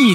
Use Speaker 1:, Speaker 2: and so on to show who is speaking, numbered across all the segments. Speaker 1: 一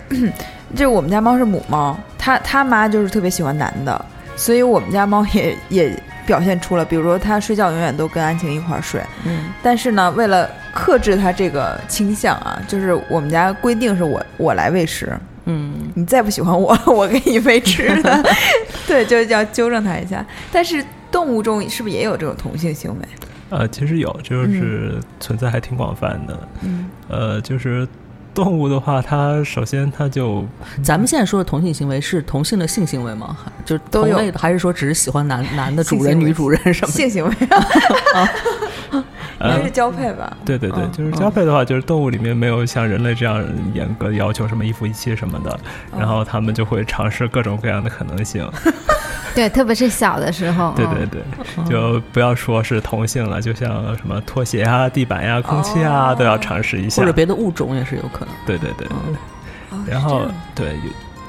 Speaker 2: 这我们家猫是母猫，它它妈就是特别喜欢男的，所以我们家猫也也表现出了，比如说它睡觉永远都跟安晴一块儿睡，
Speaker 3: 嗯，
Speaker 2: 但是呢，为了克制它这个倾向啊，就是我们家规定是我我来喂食，
Speaker 3: 嗯，
Speaker 2: 你再不喜欢我， 我给你喂吃的， 对，就是要纠正它一下。但是动物中是不是也有这种同性行为？
Speaker 4: 呃，其实有，就是存在还挺广泛的。
Speaker 2: 嗯，
Speaker 4: 呃，就是动物的话，它首先它就
Speaker 3: 咱们现在说的同性行为是同性的性行为吗？还就是
Speaker 2: 都
Speaker 3: 同
Speaker 2: 有
Speaker 3: 类的，还是说只是喜欢男男的
Speaker 2: 性
Speaker 3: 主人、
Speaker 2: 行为
Speaker 3: 女主人什么的？
Speaker 2: 性行为应
Speaker 4: 呃
Speaker 2: 该是交配吧？
Speaker 4: 对对对
Speaker 2: 嗯，
Speaker 4: 就是交配的话，就是动物里面没有像人类这样严格要求什么一夫一妻什么的，
Speaker 3: 嗯
Speaker 4: 然后他们就会尝试各种各样的可能性。
Speaker 5: 对，特别是小的时候，
Speaker 4: 对
Speaker 5: 嗯
Speaker 4: 对对，就不要说是同性了，就像什么拖鞋啊、地板呀、空气啊，都要尝试一
Speaker 3: 哦
Speaker 4: 下
Speaker 3: 或。者别的物种也是有可能。
Speaker 4: 对对对，
Speaker 3: 嗯
Speaker 2: 哦
Speaker 4: 然
Speaker 2: 是这
Speaker 4: 后
Speaker 2: 样
Speaker 4: 对，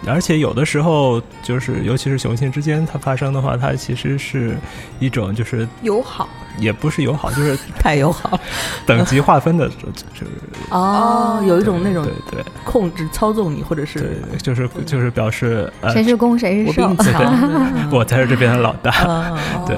Speaker 4: 有而且有的时候就是，尤其是雄性之间它发生的话，它其实是一种就是
Speaker 2: 友好
Speaker 4: 也不是友好，就是
Speaker 3: 太友好了
Speaker 4: 等级划分的，就是
Speaker 3: 哦，有一种那种
Speaker 4: 对对
Speaker 3: 控制、操纵你，或者是
Speaker 4: 对，就是就是表示呃
Speaker 5: 谁，是公谁
Speaker 3: 我
Speaker 5: 是
Speaker 3: 比
Speaker 5: 受
Speaker 3: 你，强，
Speaker 4: 我才是这边的老大。
Speaker 3: 啊，
Speaker 4: 对，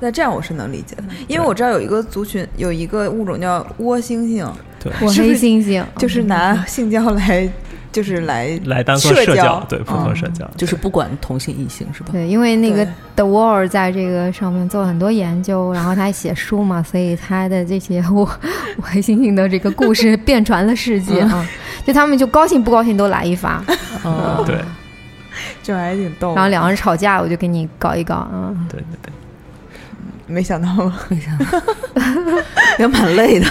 Speaker 2: 那这样我是能理解的，
Speaker 5: 嗯
Speaker 2: 因为我知道有一个族群有一个物种叫窝猩猩，
Speaker 4: 对，
Speaker 5: 我
Speaker 2: 是不
Speaker 5: 黑
Speaker 2: 是
Speaker 5: 猩猩，
Speaker 2: 就是拿性交来，就是来
Speaker 4: 来当做
Speaker 2: 社
Speaker 4: 社
Speaker 2: 交
Speaker 4: 交，对，普
Speaker 3: 嗯
Speaker 4: 通社交，
Speaker 3: 就是不管同性异性是吧？
Speaker 5: 嗯对，因为那个
Speaker 2: 对
Speaker 5: The Wall 在这个上面做了很多研究，然后他还写书嘛，所以他的这些我我黑猩猩的这个故事遍传了世界啊，就他们就高兴不高兴都来一发，
Speaker 3: 嗯，
Speaker 4: 对
Speaker 2: 就还挺逗的。
Speaker 5: 然后两个人吵架我就给你搞一搞， 嗯，
Speaker 4: 对对对。
Speaker 2: 没想到吧，
Speaker 3: 也蛮累的。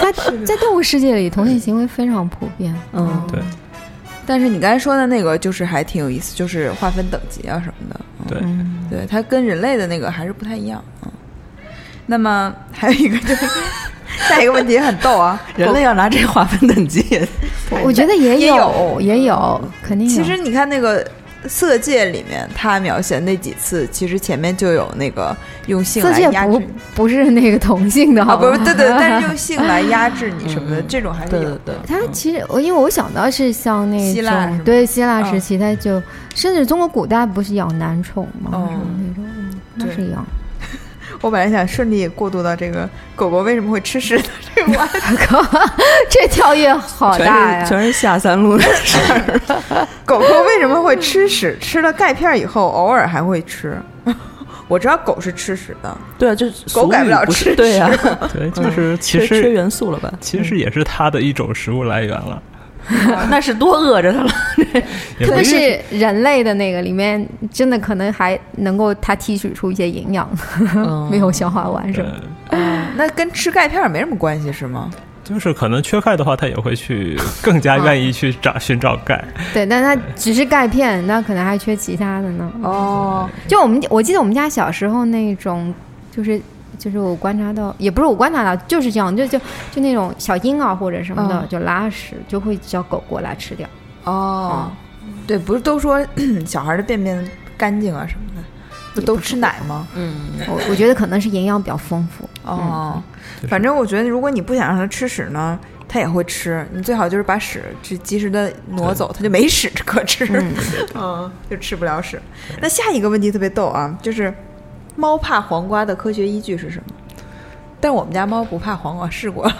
Speaker 5: 他在动物世界里，同性行为非常普遍。
Speaker 3: 嗯
Speaker 4: 对
Speaker 2: 但是你刚才说的那个就是还挺有意思，就是划分等级啊什么的。嗯
Speaker 4: 对
Speaker 3: 嗯，
Speaker 2: 对，它跟人类的那个还是不太一样。嗯，那么还有一个就是 下一个问题很逗 啊，
Speaker 3: 人类要拿这划分等级也，
Speaker 5: 我我觉得也
Speaker 2: 也有
Speaker 5: 有，也有，肯定有。
Speaker 2: 其实你看那个《色戒》里面，他描写那几次，其实前面就有那个用性
Speaker 5: 色
Speaker 2: 来
Speaker 5: 戒
Speaker 2: 压
Speaker 5: 不
Speaker 2: 制
Speaker 5: 不是那个同性的，
Speaker 2: 啊，
Speaker 5: 好
Speaker 2: 不
Speaker 5: 吗
Speaker 2: 是对 对，但是用性来压制你什么的，
Speaker 3: 嗯
Speaker 2: 这种还是
Speaker 3: 对
Speaker 2: 有
Speaker 3: 对。对，
Speaker 5: 他其实我因为我想到是像那种
Speaker 2: 希腊是吧
Speaker 5: 对希腊时
Speaker 2: 嗯
Speaker 5: 期，他就甚至中国古代不是养男宠吗？
Speaker 2: 哦
Speaker 5: 什么那种，嗯那
Speaker 2: 对
Speaker 5: 是养，
Speaker 2: 我本来想顺利过渡到这个狗狗为什么会吃屎的这 个话题，
Speaker 5: 这跳跃好大
Speaker 3: 全
Speaker 5: 呀
Speaker 3: 是！全是下三路的事儿。
Speaker 2: 狗狗为什么会吃屎？吃了钙片以后，偶尔还会吃。 我知道狗是吃屎的，
Speaker 3: 对啊，就
Speaker 2: 狗改不了
Speaker 3: 不
Speaker 2: 吃
Speaker 3: 是对呀，
Speaker 4: 对，就是其
Speaker 3: 嗯缺缺
Speaker 4: 实
Speaker 3: 元素了吧？嗯
Speaker 4: 其实也是它的一种食物来源了，
Speaker 3: 那是多饿着他了。
Speaker 4: 也
Speaker 5: 特
Speaker 4: 不
Speaker 5: 别是人类的那个里面，真的可能还能够它提取出一些营养，
Speaker 2: 嗯
Speaker 5: 没有消化完什么。
Speaker 4: 呃
Speaker 2: 那跟吃钙片没什么关系是吗？
Speaker 4: 就是可能缺钙的话，它也会去更加愿意去找寻找钙。
Speaker 3: 嗯
Speaker 5: 对，但它只是钙片，那可能还缺其他的呢。
Speaker 2: 哦，
Speaker 5: 就我们，我记得我们家小时候那种，就是就是我观察到，也不是我观察到，就是这样，就就就那种小婴儿或者什么的，
Speaker 2: 嗯
Speaker 5: 就拉屎就会叫狗过来吃掉。
Speaker 2: 哦，对，不是都说 小孩的便便干净啊什么的，不都吃奶吗？
Speaker 3: 嗯，
Speaker 5: 我我觉得可能是营养比较丰富。
Speaker 2: 哦，
Speaker 4: 就是
Speaker 2: 反正我觉得，如果你不想让它吃屎呢，它也会吃。你最好就是把屎就及时的挪走，它就没屎可吃， 嗯就吃不了屎。那下一个问题特别逗啊，就是猫怕黄瓜的科学依据是什么？但我们家猫不怕黄瓜，试过了。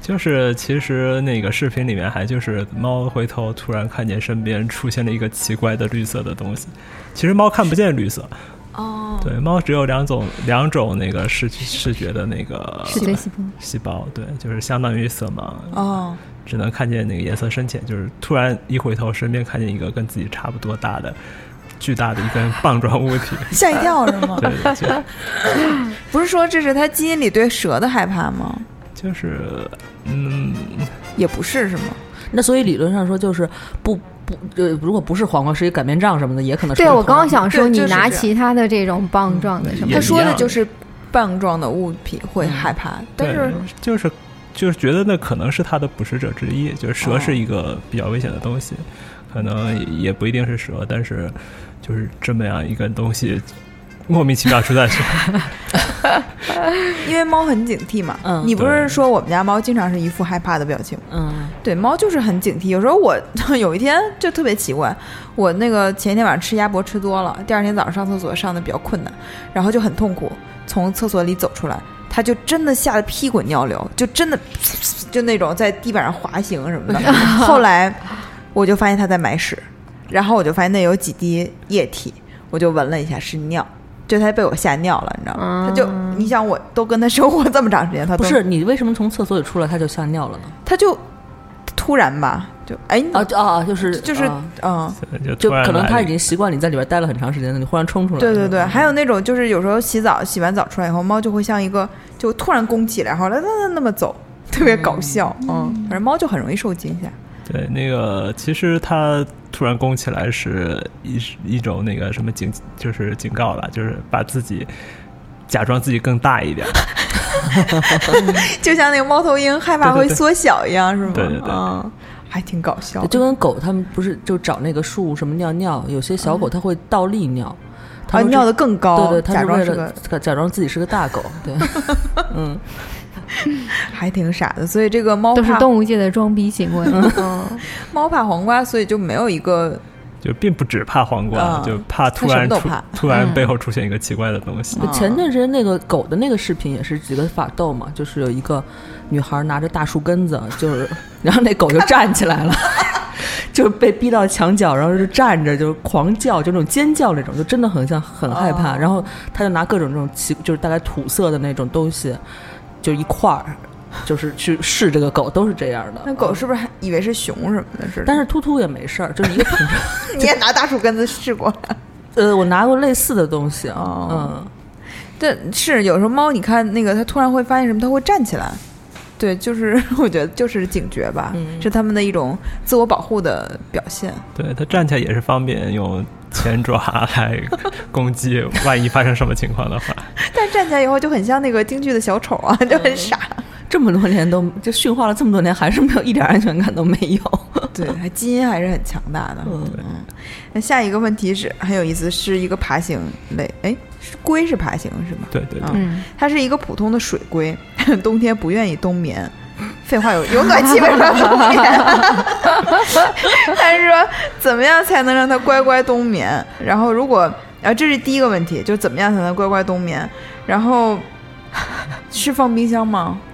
Speaker 4: 就是其实那个视频里面还就是猫回头突然看见身边出现了一个奇怪的绿色的东西，其实猫看不见绿色，
Speaker 3: 嗯
Speaker 2: 哦，
Speaker 4: 对，猫只有两种两种那个视视觉的那个
Speaker 5: 是对细胞。
Speaker 4: 细胞，对，就是相当于色盲，
Speaker 2: 哦，
Speaker 4: 只能看见那个颜色深浅，就是突然一回头，身边看见一个跟自己差不多大的巨大的一根棒状物体，
Speaker 2: 吓一跳是 吗？
Speaker 4: 对， 就
Speaker 2: 不是说这是它基因里对蛇的害怕吗？
Speaker 4: 就是嗯，
Speaker 2: 也不是是吗？
Speaker 3: 那所以理论上说就是不不呃，如果不是黄瓜，是一擀面杖什么的，也可能是
Speaker 5: 对，啊我刚刚想说，
Speaker 2: 对
Speaker 5: 你
Speaker 2: 就是
Speaker 5: 拿
Speaker 2: 这样
Speaker 5: 其他的这种棒状的什么
Speaker 4: 也
Speaker 2: 他
Speaker 5: 的，
Speaker 2: 说
Speaker 4: 一
Speaker 2: 的
Speaker 4: 样嗯
Speaker 2: 就是棒状的物体会害怕，但
Speaker 4: 对
Speaker 2: 是，
Speaker 4: 就是就是觉得那可能是它的捕食者之一，就是蛇
Speaker 3: 哦
Speaker 4: 是一个比较危险的东西，可能也也不一定是蛇，但是就是这么样一根东西。莫名其妙出在身，
Speaker 2: 因为猫很警惕嘛，
Speaker 3: 嗯
Speaker 2: 你不
Speaker 4: 对
Speaker 2: 是说我们家猫经常是一副害怕的表情吗？
Speaker 3: 嗯
Speaker 2: 对，猫就是很警惕。有时候我 有一天就特别奇怪，我那个前一天晚上吃鸭脖吃多了，第二天早上上厕所上的比较困难，然后就很痛苦，从厕所里走出来，它就真的吓得屁滚尿流，就真的就那种在地板上滑行什 么的。后来我就发现它在埋屎，然后我就发现那有几滴液体，我就闻了一下是尿。就它被我吓尿了，你知道吗？它就，你想，我都跟它生活这么长时间，它都
Speaker 3: 啊不是你为什么从厕所里出来它就吓尿了呢？
Speaker 2: 他就突然吧，就哎，你怎
Speaker 3: 啊
Speaker 2: 么
Speaker 3: 就啊就是
Speaker 2: 就是
Speaker 3: 啊
Speaker 2: 嗯，
Speaker 4: 就
Speaker 3: 就
Speaker 4: 突然
Speaker 3: 可能
Speaker 4: 来
Speaker 3: 它
Speaker 4: 了
Speaker 3: 已经习惯你在里边待了很长时间了，你忽然冲出来，
Speaker 2: 对对对，，还有那种就是有时候洗澡洗完澡出来以后，猫就会像一个就突然弓起来，然后啦啦啦那么走，特别搞笑，嗯，反正猫就很容易受惊吓。
Speaker 4: 对，那个其实它突然弓起来是一一种那个什么警，就是警告了，就是把自己假装自己更 大一点。
Speaker 2: 就像那个猫头鹰害怕
Speaker 4: 对对
Speaker 2: 会
Speaker 4: 对
Speaker 2: 缩小一样，是吗？
Speaker 4: 对对对
Speaker 2: 嗯，还挺搞笑的。啊
Speaker 3: 就跟狗它们不是就找那个树什么尿尿，有些小狗它会倒立尿，它
Speaker 2: 嗯啊，
Speaker 3: 说这
Speaker 2: 尿的更高，
Speaker 3: 对对，它
Speaker 2: 假
Speaker 3: 是
Speaker 2: 装
Speaker 3: 为
Speaker 2: 是
Speaker 3: 了假
Speaker 2: 个，
Speaker 3: 假装自己是个大狗， 对，嗯，
Speaker 2: 还挺傻的。所以这个猫
Speaker 5: 都是
Speaker 2: 怕
Speaker 5: 动物界的装逼行为。嗯，
Speaker 2: 猫怕黄瓜，所以就没有一个
Speaker 4: 就并不只怕黄瓜，
Speaker 2: 啊
Speaker 4: 就怕突
Speaker 2: 它什
Speaker 4: 然
Speaker 2: 么都
Speaker 4: 出
Speaker 2: 怕
Speaker 4: 突然背后出现一个奇怪的东西。
Speaker 2: 嗯
Speaker 3: 前段时间那个狗的那个视频也是几个法斗嘛，就是有一个女孩拿着大树根子，就是然后那狗就站起来了， 就是被逼到墙角，然后就站着就狂叫，就那种尖叫那种，就真的很像很害
Speaker 2: 哦
Speaker 3: 怕。然后她就拿各种这种奇，就是大概土色的那种东西，就一块儿，就是去试这个狗，都是这样的。
Speaker 2: 那狗是不是还以为是熊什么的似的？
Speaker 3: 哦但是秃秃也没事儿，就是一个品种。
Speaker 2: 是你也拿大树根子试过？
Speaker 3: 呃，我拿过类似的东西，
Speaker 2: 哦
Speaker 3: 嗯，
Speaker 2: 对，是有时候猫，你看那个它突然会发现什么，它会站起来，对，就是 我觉得就是警觉吧，
Speaker 3: 嗯
Speaker 2: 是他们的一种自我保护的表现。
Speaker 4: 对它站起来也是方便用前爪来攻击，万一发生什么情况的话，
Speaker 2: 但站起来以后就很像那个京剧的小丑啊，就很傻。
Speaker 3: 这么多年都就驯化了这么多年，还是没有一点安全感都没有。
Speaker 2: 对，还基因还是很强大的。嗯，那下一个问题是很有意思，是一个爬行类，哎，是龟是爬行是吗？
Speaker 4: 对对对
Speaker 2: 啊，
Speaker 5: 嗯，
Speaker 2: 它是一个普通的水龟， 冬天不愿意冬眠。废话有有暖气为什么要冬眠？ 但是说怎么样才能让它乖乖冬眠？然后如果啊，这是第一个问题，就是怎么样才能乖乖冬眠？然后 是放冰箱吗？嗯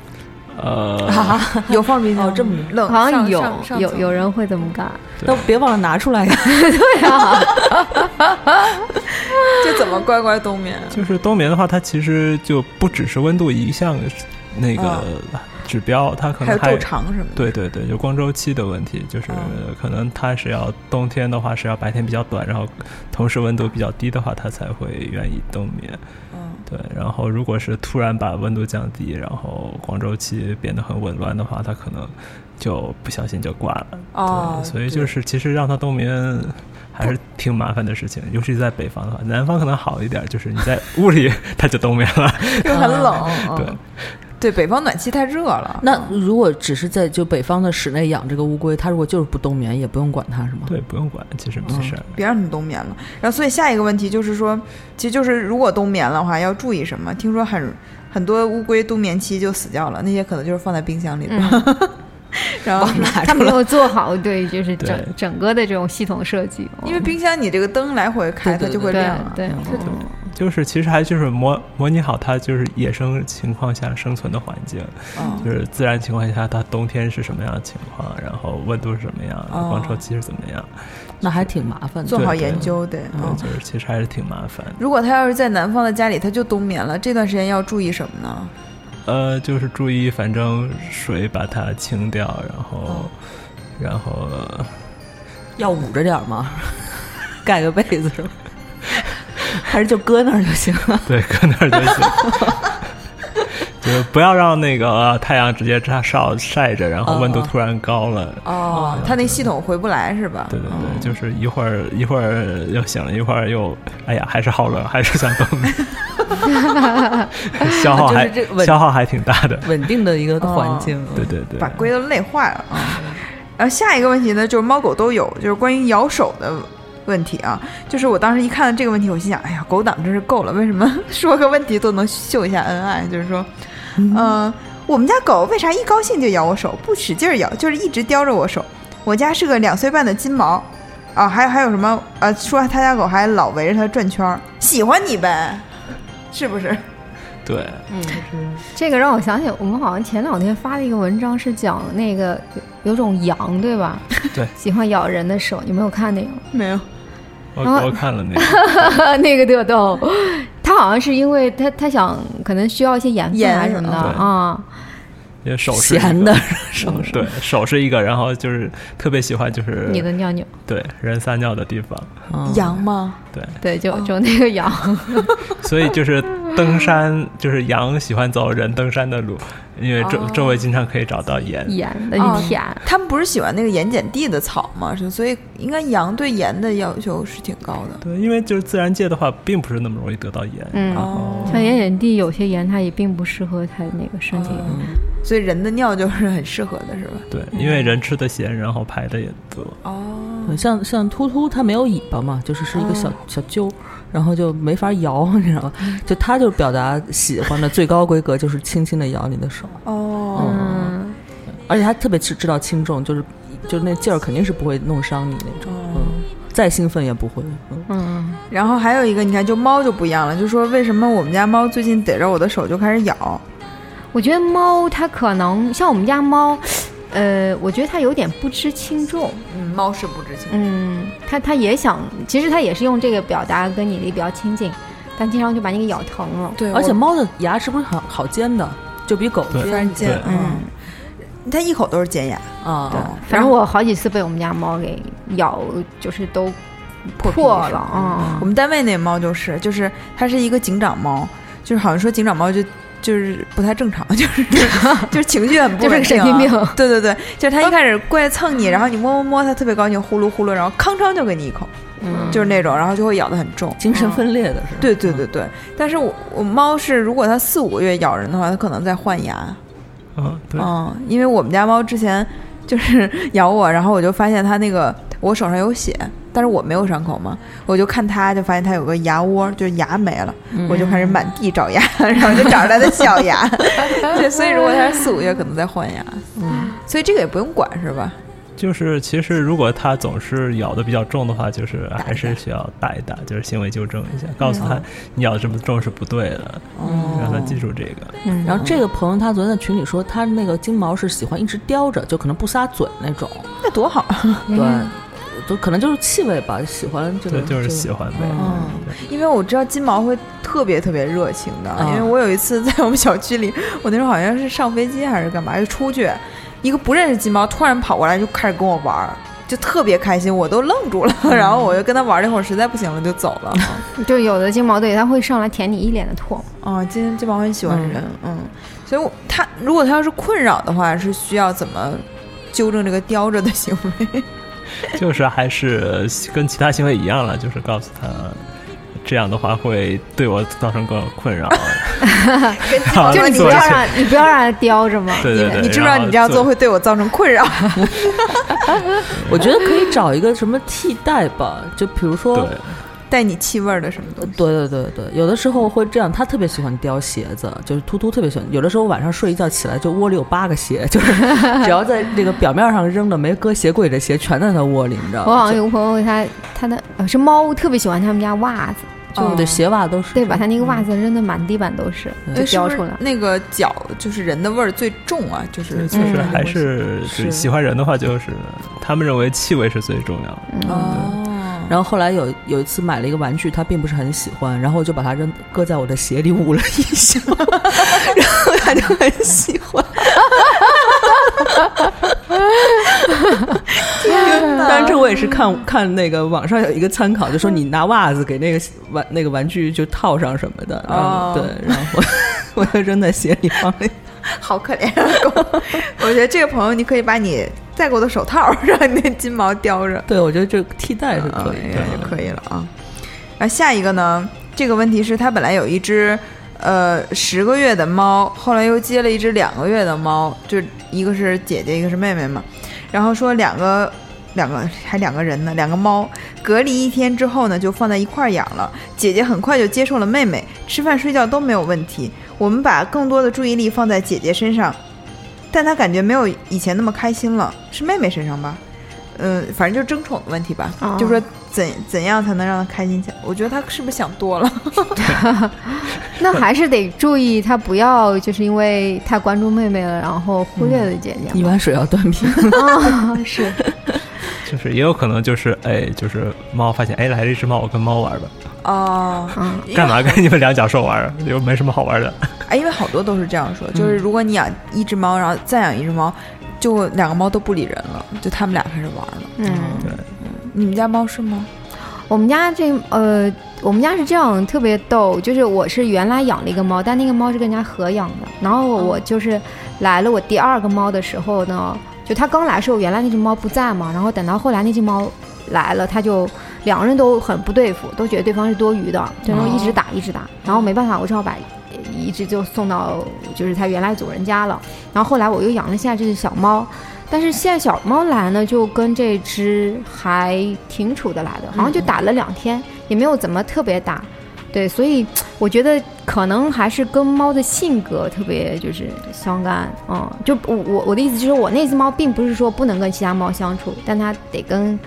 Speaker 4: 呃，
Speaker 2: 有放冰箱吗
Speaker 3: 哦这么
Speaker 2: 冷，
Speaker 5: 好像
Speaker 2: 上
Speaker 5: 有
Speaker 2: 上上
Speaker 5: 有
Speaker 2: 层
Speaker 5: 有人会这么干，
Speaker 3: 都别忘了拿出来呀！
Speaker 5: 对啊，
Speaker 2: 这怎么乖乖冬眠？
Speaker 4: 就是冬眠的话，它其实就不只是温度一项那个指标，它可
Speaker 2: 嗯还
Speaker 4: 能
Speaker 2: 有
Speaker 4: 还
Speaker 2: 昼长什么的。
Speaker 4: 对对对，就光周期的问题，就是
Speaker 2: 嗯
Speaker 4: 可能它是要冬天的话是要白天比较短，然后同时温度比较低的话，它才会愿意冬眠。
Speaker 2: 嗯，
Speaker 4: 对，然后如果是突然把温度降低，然后光周期变得很紊乱的话，它可能就不小心就挂了。
Speaker 2: 哦
Speaker 4: 对，所以就是其实让它冬眠还是挺麻烦的事情，尤其在北方的话，南方可能好一点，就是你在屋里它就冬眠了。
Speaker 2: 又很冷。
Speaker 4: 对
Speaker 2: 嗯，对，北方暖气太热了。
Speaker 3: 那如果只是在就北方的室内养这个乌龟，它如果就是不冬眠，也不用管它是吗？
Speaker 4: 对，不用管，其实没事儿。
Speaker 2: 别让它冬眠了。然后，所以下一个问题就是说，其实就是如果冬眠的话，要注意什么？听说很很多乌龟冬眠期就死掉了，那些可能就是放在冰箱里的。然 后，
Speaker 3: 拿
Speaker 5: 嗯他
Speaker 3: 出
Speaker 5: 没
Speaker 3: 来。
Speaker 5: 有做好对就是整
Speaker 4: 对
Speaker 5: 整个的这种系统设计，哦
Speaker 2: 因为冰箱你这个灯来回开，它
Speaker 3: 对对
Speaker 2: 就会
Speaker 5: 对
Speaker 2: 亮了。嗯
Speaker 5: 对，
Speaker 4: 就是其实还就是模模拟好它就是野生情况下生存的环境，
Speaker 2: 嗯
Speaker 4: 就是自然情况下它冬天是什么样的情况，然后温度是什么样，然后光
Speaker 2: 哦
Speaker 4: 周期是怎么样。
Speaker 3: 那还挺麻烦的
Speaker 2: 做。好
Speaker 4: 对对
Speaker 2: 研究得。
Speaker 4: 对，
Speaker 3: 哦
Speaker 2: 嗯
Speaker 4: 就是其实还是挺麻烦的。
Speaker 2: 如果它要是在南方的家里，它就冬眠了，这段时间要注意什么呢？
Speaker 4: 呃，就是注意，反正水把它清掉，然后，
Speaker 3: 哦
Speaker 4: 然后
Speaker 3: 要捂着点儿 吗？盖个被子是 吧？还是就搁那儿就行了？
Speaker 4: 对，搁那儿就行。 就是不要让那个、呃太阳直接照照晒着，然后温度
Speaker 3: 哦哦
Speaker 4: 突然高了。
Speaker 2: 哦，它那系统回不来是吧？
Speaker 4: 对对对，就是一会儿一会儿又醒了，一会儿又哎呀，还是好冷，还是想冻的，消耗还
Speaker 3: 就是这稳
Speaker 4: 消耗还挺大的。
Speaker 3: 稳定的一个环境。嗯
Speaker 4: 对对对，
Speaker 2: 把龟都累坏了啊。然后下一个问题呢，就是猫狗都有，就是关于咬手的问题啊。就是我当时一看到这个问题，我心想，哎呀，狗党真是够了，为什么说个问题都能秀一下恩爱？ 就是说，嗯、我们家狗为啥一高兴就咬我手，不使劲儿咬，就是一直叼着我手。我家是个两岁半的金毛。啊，还还有什么？呃，说他家狗还老围着它转圈儿，喜欢你呗，是不是？
Speaker 4: 对，
Speaker 5: 这个让我想起我们好像前两天发了一个文章，是讲那个有有种羊对吧？
Speaker 4: 对
Speaker 5: 喜欢咬人的手，你没有看那个吗？
Speaker 2: 没有，
Speaker 4: 我
Speaker 5: 然后
Speaker 4: 我看了那个，
Speaker 5: 那个特逗，他好像是因为他他想可能需要一些盐分
Speaker 2: 盐
Speaker 5: 还是什么的
Speaker 4: 对
Speaker 5: 啊，
Speaker 4: 因为手是一个
Speaker 3: 闲的，手
Speaker 4: 对，手是一个，然后就是特别喜欢就是
Speaker 5: 你的尿尿，
Speaker 4: 对人撒尿的地方，
Speaker 2: 羊吗？
Speaker 4: 对，
Speaker 5: 对，就
Speaker 2: 哦
Speaker 5: 就那个羊，
Speaker 4: 所以就是登山，就是羊喜欢走人登山的路，因为周周围经常可以找到盐。
Speaker 5: 盐的
Speaker 2: 哦
Speaker 5: 一天，
Speaker 2: 他们不是喜欢那个盐碱地的草吗？是，所以应该羊对盐的要求是挺高的。
Speaker 4: 对，因为就是自然界的话，并不是那么容易得到盐。
Speaker 5: 嗯，
Speaker 2: 哦，
Speaker 5: 像盐碱地有些盐它也并不适合它那个身体，
Speaker 2: 所以人的尿就是很适合的，是吧？
Speaker 4: 对，因为人吃的咸，然后排的也多。
Speaker 2: 哦，
Speaker 3: 对像像秃秃，它没有尾巴嘛，就是是一个小、小揪，然后就没法摇，你知道吗？就它就是表达喜欢的最高规格，就是轻轻的摇你的手，
Speaker 2: 哦，
Speaker 5: 嗯，
Speaker 3: 而且它特别知知道轻重，就是就是那劲儿肯定是不会弄伤你那种，嗯，再兴奋也不会，嗯，
Speaker 2: 然后还有一个，你看，就猫就不一样了，就说为什么我们家猫最近逮着我的手就开始咬？
Speaker 5: 我觉得猫它可能像我们家猫，呃，我觉得它有点不知轻重，
Speaker 2: 嗯，猫是不知情。
Speaker 5: 嗯，它它也想，其实它也是用这个表达跟你离比较亲近，但经常就把你给咬疼了。
Speaker 2: 对，
Speaker 3: 而且
Speaker 2: 我
Speaker 3: 猫的牙是不是好好尖的，就比狗
Speaker 4: 对
Speaker 2: 非常尖，
Speaker 4: 对
Speaker 2: 嗯，它一口都是尖牙，
Speaker 3: 啊，
Speaker 2: 嗯对
Speaker 5: 反正我好几次被我们家猫给咬，就是都
Speaker 2: 破嗯
Speaker 5: 破
Speaker 2: 皮是
Speaker 5: 了
Speaker 2: 吧
Speaker 5: 啊
Speaker 2: 我。们单位那猫就是，就是它是一个警长猫，就是好像说警长猫就就是不太正常， 就是就是情绪很不
Speaker 5: 就是
Speaker 2: 稳定
Speaker 5: 个神
Speaker 2: 啊、
Speaker 5: 经病
Speaker 2: 对对对，就是他一开始过来蹭你，然后你摸摸摸，他特别高兴，呼噜呼噜，然后吭哧就给你一口，
Speaker 3: 嗯
Speaker 2: 就是那种，然后就会咬得很重。
Speaker 3: 精神分裂的是吧？
Speaker 2: 对对对对，但是我我猫是，如果它四五个月咬人的话，它可能在换牙。
Speaker 4: 啊，对，
Speaker 2: 嗯，因为我们家猫之前就是咬我，然后我就发现它那个我手上有血，但是我没有伤口嘛，我就看它就发现它有个牙窝，就是牙没了，嗯
Speaker 3: 嗯
Speaker 2: 我就开始满地找牙，然后就找着它的小牙。 对，所以如果它是四五月，可能在换牙。嗯，所以这个也不用管是吧？
Speaker 4: 就是其实如果它总是咬的比较重的话，就是哎还是需要打一打，就是行为纠正一下，告诉它你咬的这么重是不对的，
Speaker 2: 嗯哦
Speaker 4: 让它记住这个。
Speaker 5: 嗯，
Speaker 3: 然后这个朋友他昨天在群里说，他那个金毛是喜欢一直叼着，就可能不撒嘴那种，
Speaker 2: 那多好， 啊
Speaker 5: 嗯
Speaker 3: 对，就可能就是气味吧，喜欢这个
Speaker 4: 对，就是
Speaker 3: 这个
Speaker 4: 喜欢呗。
Speaker 3: 嗯
Speaker 2: 因为我知道金毛会特别特别热情的，
Speaker 3: 啊
Speaker 2: 因为我有一次在我们小区里，我那时候好像是上飞机还是干嘛，就出去，一个不认识金毛突然跑过来就开始跟我玩儿，就特别开心，我都愣住了， 然后我就跟他玩了一会儿，实在不行了就走了。
Speaker 5: 就有的金毛对它会上来舔你一脸的唾。
Speaker 2: 哦，金金毛很喜欢人，嗯，所以我他如果他要是困扰的话，是需要怎么纠正这个叼着的行为？
Speaker 4: 对就是还是跟其他行为一样了，就是告诉它。这样的话会对我造成各种困扰，
Speaker 2: 跟金
Speaker 4: 好
Speaker 2: 毛
Speaker 5: 就是你
Speaker 4: 啊做
Speaker 5: 不
Speaker 4: 一
Speaker 5: 要
Speaker 4: 些
Speaker 5: 让你不要让它叼着嘛。
Speaker 4: 对对对，
Speaker 2: 你知不知道
Speaker 4: 然后
Speaker 2: 你这样做会对我造成困扰？
Speaker 3: 我觉得可以找一个什么替代吧，就比如说，
Speaker 4: 对，
Speaker 2: 带你气味儿的什么东西？
Speaker 3: 对对对对，有的时候会这样，他特别喜欢叼鞋子，就是突突特别喜欢。有的时候晚上睡一觉起来，就窝里有八个鞋，就是 只要在这个表面上扔的没搁鞋柜的鞋，全在他窝里，你知道
Speaker 5: 我好
Speaker 3: 吗？
Speaker 5: 像
Speaker 3: 就
Speaker 5: 有个朋友，他他的呃是猫，特别喜欢他们家袜子，
Speaker 3: 就我的鞋袜都是
Speaker 5: 哦
Speaker 3: 嗯
Speaker 5: 对，把他那个袜子扔的满地板都是，就
Speaker 2: 哎是不
Speaker 5: 叼出
Speaker 2: 是
Speaker 5: 来。
Speaker 2: 那个脚就是人的味儿最重啊，就是
Speaker 4: 就
Speaker 5: 嗯
Speaker 4: 是还是
Speaker 3: 是
Speaker 4: 就喜欢人的话，就是他们认为气味是最重要的。
Speaker 5: 嗯
Speaker 2: 哦，
Speaker 3: 然后后来有有一次买了一个玩具，他并不是很喜欢，然后我就把它扔搁在我的鞋里捂了一 宿，然后他就很喜欢。天
Speaker 2: 嗯
Speaker 3: 当然，这我也是看看那个网上有一个参考，就说你拿袜子给那个玩那个玩具就套上什么的，然后
Speaker 2: 哦
Speaker 3: 对，然后我 我就扔在鞋里放了一。
Speaker 2: 好可怜啊！狗 我觉得这个朋友，你可以把你戴过的手套让你那金毛叼着，
Speaker 3: 对，我觉得这个替代是可以
Speaker 2: 嗯
Speaker 3: 的。
Speaker 2: 也就可以了啊。然后下一个呢，这个问题是他本来有一只呃十个月的猫，后来又接了一只两个月的猫，就一个是姐姐，一个是妹妹嘛。然后说两个两个还两个人呢，两个猫隔离一天之后呢，就放在一块儿养了。姐姐很快就接受了妹妹，吃饭睡觉都没有问题。我们把更多的注意力放在姐姐身上，但她感觉没有以前那么开心了，是妹妹身上吧？嗯，反正就是争宠的问题吧，
Speaker 5: 哦
Speaker 2: 就说怎怎样才能让她开心起来？我觉得她是不是想多了？
Speaker 5: 那还是得注意，他不要就是因为太关注妹妹了，然后忽略了姐姐
Speaker 3: 一
Speaker 5: 嘛。
Speaker 3: 碗水要端平。
Speaker 5: 啊、 是，
Speaker 4: 就是也有可能就是哎，就是猫发现哎来了一只猫，我跟猫玩吧，
Speaker 2: 哦，
Speaker 5: 嗯，
Speaker 2: 因为
Speaker 4: 干嘛跟你们两脚兽玩啊？又没什么好玩 的。
Speaker 2: 哎，因为好多都是这样
Speaker 5: 嗯
Speaker 2: 说，就是如果你养一只猫，然后再养一只猫，就两个猫都不理人了，就他们俩开始玩了。
Speaker 5: 嗯。
Speaker 2: 你们家猫是吗？
Speaker 5: 我们家这呃，我们家是这样，特别逗，就是我是原来养了一个猫，但那个猫是跟人家合养的，然后我就是来了我第二个猫的时候呢，就它刚来的时候，原来那只猫不在嘛，然后等到后来那只猫来了，它就两个人都很不对付，都觉得对方是多余的，就然后一直打一直打，然后没办法，我只好把。一只就送到就是它原来主人家了，然后后来我又养了下这只小猫，但是现在小猫来呢，就跟这只还挺处得来
Speaker 2: 嗯
Speaker 5: 的，好像就打了两天，也没有怎么特别打。对，所以我觉得可能还是跟猫的性格特别就是相干。嗯，就我我我的意思就是，我那只猫并不是说不能跟其他猫相处，但它得跟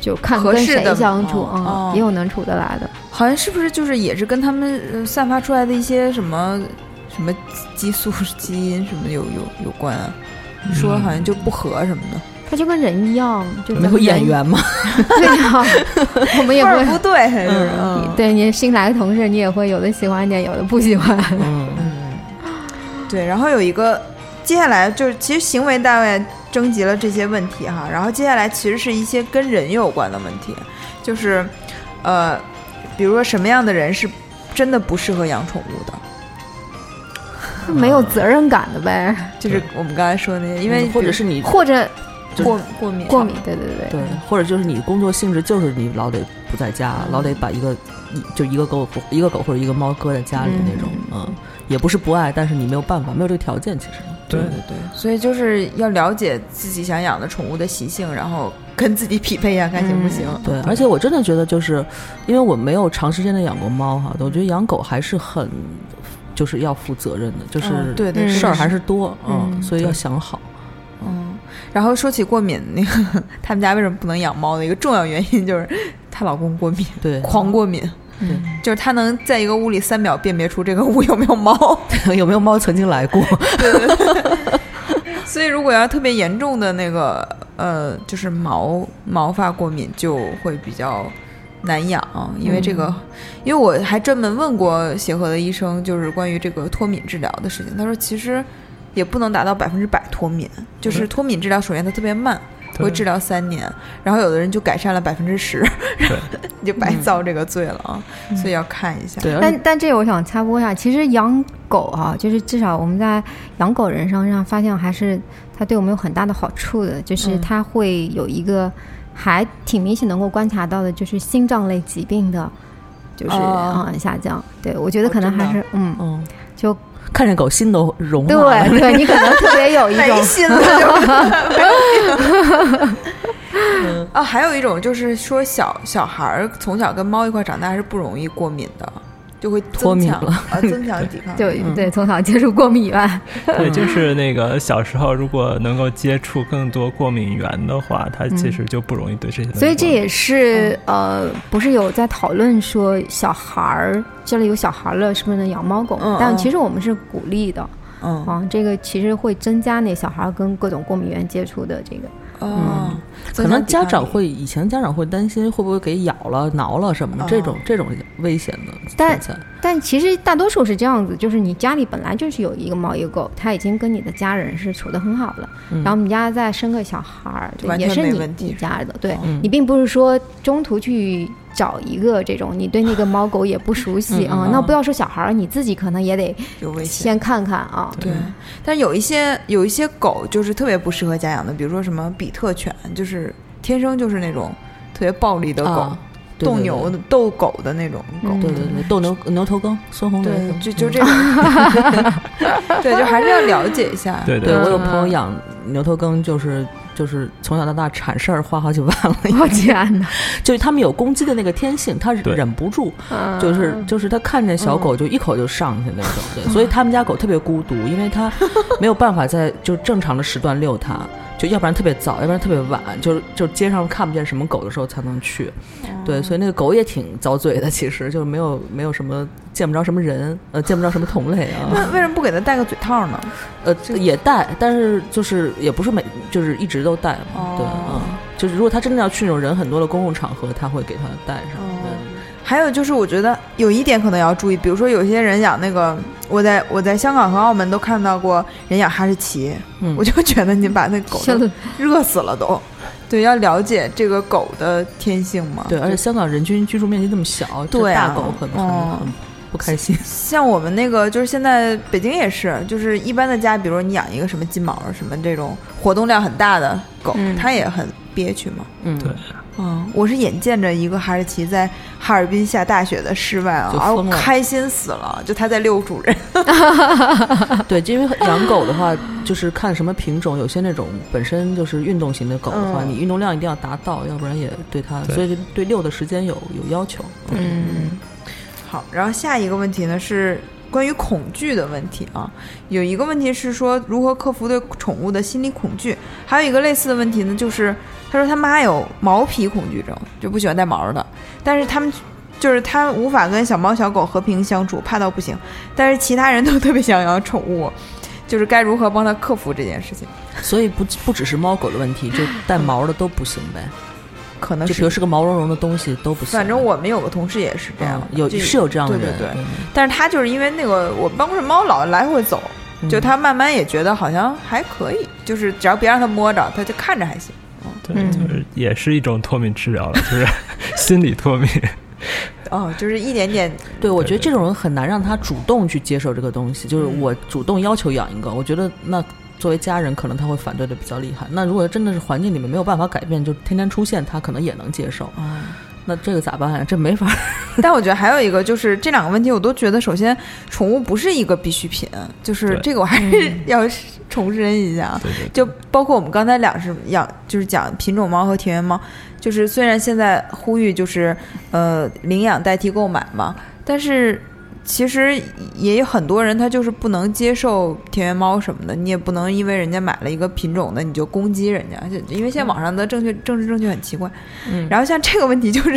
Speaker 5: 就看
Speaker 2: 合
Speaker 5: 跟
Speaker 2: 适的
Speaker 5: 谁相处
Speaker 2: 猫，
Speaker 5: 嗯，
Speaker 2: 哦
Speaker 5: 也有能处得来的。
Speaker 2: 好像是不是就是也是跟他们呃散发出来的一些什么什么激素、基因什么有有有关啊？说好像就不合什么的，
Speaker 5: 它就跟人一样，就
Speaker 3: 没有眼
Speaker 5: 缘。
Speaker 3: 缘吗？
Speaker 5: 对呀、 我们也
Speaker 2: 味
Speaker 5: 不
Speaker 2: 儿
Speaker 5: 会
Speaker 2: 不对，就是
Speaker 3: 嗯
Speaker 2: 嗯
Speaker 5: 对你新来的同事，你也会有的喜欢一点，有的不喜欢。
Speaker 3: 嗯。
Speaker 2: 对。然后有一个，接下来就是其实行为大概征集了这些问题哈，然后接下来其实是一些跟人有关的问题，就是呃，比如说什么样的人是真的不适合养宠物的？
Speaker 5: 没有责任感的呗，
Speaker 2: 就是我们刚才说的那些，因为
Speaker 3: 嗯或者是你
Speaker 5: 或者
Speaker 3: 就是
Speaker 2: 过过敏，啊
Speaker 5: 过敏，对对嗯
Speaker 3: 对，
Speaker 5: 对
Speaker 3: 或者就是你工作性质就是你老得不在家，老得把一个一就一个狗一个狗或者一个猫搁在家里的那种，嗯，也不是不爱，但是你没有办法，没有这个条件，其实
Speaker 4: 对
Speaker 2: 对对，所以就是要了解自己想养的宠物的习性，然后跟自己匹配一下，看行不行。
Speaker 3: 嗯对，而且我真的觉得就是，因为我没有长时间的养过猫哈，我觉得养狗还是很就是要负责任的，就是、
Speaker 2: 嗯对对
Speaker 5: 嗯
Speaker 3: 事儿还是多，嗯，
Speaker 2: 嗯
Speaker 3: 所以要想好。
Speaker 2: 嗯，然后说起过敏，那个他们家为什么不能养猫的一个重要原因就是她老公过敏，
Speaker 3: 对，
Speaker 2: 狂过敏。
Speaker 3: 对，
Speaker 2: 就是她能在一个屋里三秒辨别出这个屋有没有猫，
Speaker 3: 有没有猫曾经来过？
Speaker 2: 所以如果要特别严重的那个呃，就是毛毛发过敏就会比较难养，因为这个，因为我还专门问过协和的医生，就是关于这个脱敏治疗的事情，他说其实也不能达到百分之百脱敏，就是脱敏治疗首先它特别慢。
Speaker 4: 对
Speaker 2: 会治疗三年，然后有的人就改善了百分之十， 你就白遭这个罪了啊！所以要看一下。
Speaker 3: 对，而且
Speaker 5: 但但这个我想插播一下，其实养狗哈、就是至少我们在养狗人身上发现，还是它对我们有很大的好处的，就是它会有一个还挺明显能够观察到的，就是心脏类疾病的，就是
Speaker 2: 哦
Speaker 5: 啊、嗯下降。对我觉得可能还
Speaker 2: 真
Speaker 5: 是、嗯，
Speaker 3: 嗯，
Speaker 5: 就
Speaker 3: 看见狗心都融化了。
Speaker 5: 对对，你可能特别有 一
Speaker 2: 没
Speaker 5: 种
Speaker 2: 心了就没 有病。啊，还有一种就是说小小孩儿从小跟猫一块长大是不容易过敏的，就会
Speaker 3: 脱
Speaker 2: 增
Speaker 3: 敏
Speaker 2: 强
Speaker 3: 了
Speaker 2: 啊，增强抵抗力。嗯
Speaker 5: 对对，从小接触过敏源，
Speaker 4: 对，就是那个小时候如果能够接触更多过敏源的话，他其实就不容易对这些东西过敏。
Speaker 5: 嗯所以这也是呃，不是有在讨论说小孩儿家里有小孩儿了，是不是能养猫狗？
Speaker 2: 嗯
Speaker 5: 但
Speaker 2: 嗯
Speaker 5: 其实我们是鼓励的
Speaker 2: 嗯
Speaker 3: 哦
Speaker 5: 啊，这个其实会增加那小孩儿跟各种过敏源接触的这个。
Speaker 2: 哦，
Speaker 3: 嗯可
Speaker 2: 增
Speaker 3: 能
Speaker 2: 强抵
Speaker 3: 家
Speaker 2: 抗力
Speaker 3: 长会以前家长会担心会不会给咬了、挠了什么的这种
Speaker 2: 哦
Speaker 3: 这种危险的存
Speaker 5: 但
Speaker 3: 在。
Speaker 5: 但其实大多数是这样子，就是你家里本来就是有一个猫一个狗，它已经跟你的家人是处得很好了，然后你家再生个小孩儿，
Speaker 2: 嗯
Speaker 5: 对
Speaker 2: 完
Speaker 5: 也
Speaker 2: 全嗯
Speaker 5: 是
Speaker 2: 没
Speaker 5: 你
Speaker 2: 问题
Speaker 5: 你家的，对、
Speaker 3: 嗯
Speaker 5: 你并不是说中途去找一个这种你对那个猫狗也不熟
Speaker 2: 嗯
Speaker 5: 悉啊、那不要说小孩儿，你自己可能也得
Speaker 2: 有危险。
Speaker 5: 先看看啊，
Speaker 2: 对，
Speaker 3: 嗯
Speaker 2: 但有一些有一些狗就是特别不适合家养的，比如说什么比特犬，就是天生就是那种特别暴力的狗，
Speaker 3: 啊对
Speaker 2: 斗牛的斗狗的那种狗。
Speaker 5: 嗯
Speaker 3: 对对对，斗牛牛头耕，孙红雷
Speaker 2: 对，
Speaker 3: 耕。
Speaker 2: 就就这种，哦 对，就还是要了解一下。
Speaker 4: 对
Speaker 3: 对我有朋友养牛头耕，就是就是从小到大铲事儿花好几万了，
Speaker 5: 我天哪，
Speaker 3: 就是他们有攻击的那个天性，他
Speaker 4: 对
Speaker 3: 忍不住，
Speaker 5: 嗯
Speaker 3: 就是就是他看见小狗就一口就上去那种，对，所以他们家狗特别孤独，因为它没有办法在就正常的时段遛它，就要不然特别早，要不然特别晚，就是就街上看不见什么狗的时候才能去，对，所以那个狗也挺遭罪的，其实就是没有没有什么见不着什么人，呃，见不着什么同类啊，
Speaker 2: 那为什么不给它戴个嘴套呢？
Speaker 3: 呃，也带，但是就是也不是每就是一直都带嘛，对，
Speaker 2: 哦
Speaker 3: 嗯，就是如果他真的要去那种人很多的公共场合，他会给他带上，
Speaker 2: 哦还有就是，我觉得有一点可能要注意，比如说有些人养那个，我在我在香港和澳门都看到过人养哈士奇，
Speaker 3: 嗯
Speaker 2: 我就觉得你把那狗
Speaker 5: 真
Speaker 2: 都
Speaker 5: 的
Speaker 2: 热死了都。对，要了解这个狗的天性嘛。
Speaker 3: 对，而且香港人均居住面积这么小，这
Speaker 2: 对啊
Speaker 3: 大狗很很
Speaker 2: 哦
Speaker 3: 很不开心，
Speaker 2: 像我们那个，就是现在北京也是，就是一般的家，比如说你养一个什么金毛儿什么这种活动量很大的狗，
Speaker 5: 嗯
Speaker 2: 它也很憋屈嘛。
Speaker 3: 嗯，
Speaker 4: 对
Speaker 2: 嗯，我是眼见着一个哈士奇在哈尔滨下大雪的室外啊
Speaker 3: 就，
Speaker 2: 啊，我
Speaker 3: 疯了
Speaker 2: 开心死了，就它在遛主人。
Speaker 3: 对，因为养狗的话，就是看什么品种，有些那种本身就是运动型的狗的话，
Speaker 2: 嗯
Speaker 3: 你运动量一定要达到，要不然也对它，
Speaker 4: 对
Speaker 3: 所以对遛的时间有有要求，
Speaker 5: 嗯，
Speaker 2: 好，然后下一个问题呢是关于恐惧的问题啊，有一个问题是说如何克服对宠物的心理恐惧，还有一个类似的问题呢，就是他说他妈有毛皮恐惧症，就不喜欢带毛的，但是他们。就是他无法跟小猫小狗和平相处，怕到不行。但是其他人都特别想养宠物，就是该如何帮他克服这件事情？
Speaker 3: 所以不不只是猫狗的问题，就带毛的都不行呗，
Speaker 2: 可能
Speaker 3: 就比
Speaker 2: 是
Speaker 3: 如，是个毛茸茸的东西都不行，
Speaker 2: 嗯反正我们有个同事也是这样，
Speaker 3: 嗯有
Speaker 2: 就是
Speaker 3: 有这样的
Speaker 2: 对
Speaker 3: 人，嗯
Speaker 2: 对对但是他就是因为那个我们办公室猫老来回走，
Speaker 3: 嗯
Speaker 2: 就他慢慢也觉得好像还可以，就是只要别让它摸着，它就看着还行。
Speaker 5: 嗯
Speaker 4: 对，就是也是一种脱敏治疗了，就是心理脱敏。
Speaker 2: 哦，就是一点点
Speaker 3: 对，我觉得这种人很难让他主动去接受这个东西。就是我主动要求养一个，我觉得那作为家人，可能他会反对的比较厉害。那如果真的是环境里面没有办法改变，就天天出现，他可能也能接受。那这个咋办呀、啊这没法儿。
Speaker 2: 但我觉得还有一个就是这两个问题，我都觉得首先宠物不是一个必需品，就是
Speaker 4: 对
Speaker 2: 这个我还是
Speaker 3: 嗯
Speaker 2: 要重申一下啊。
Speaker 4: 对对，对
Speaker 2: 就包括我们刚才俩是养，就是讲品种猫和田园猫，就是虽然现在呼吁就是呃领养代替购买嘛，但是其实也有很多人他就是不能接受田园猫什么的，你也不能因为人家买了一个品种的你就攻击人家，就因为现在网上的正确政治正确很奇怪。
Speaker 3: 嗯
Speaker 2: 然后像这个问题就是，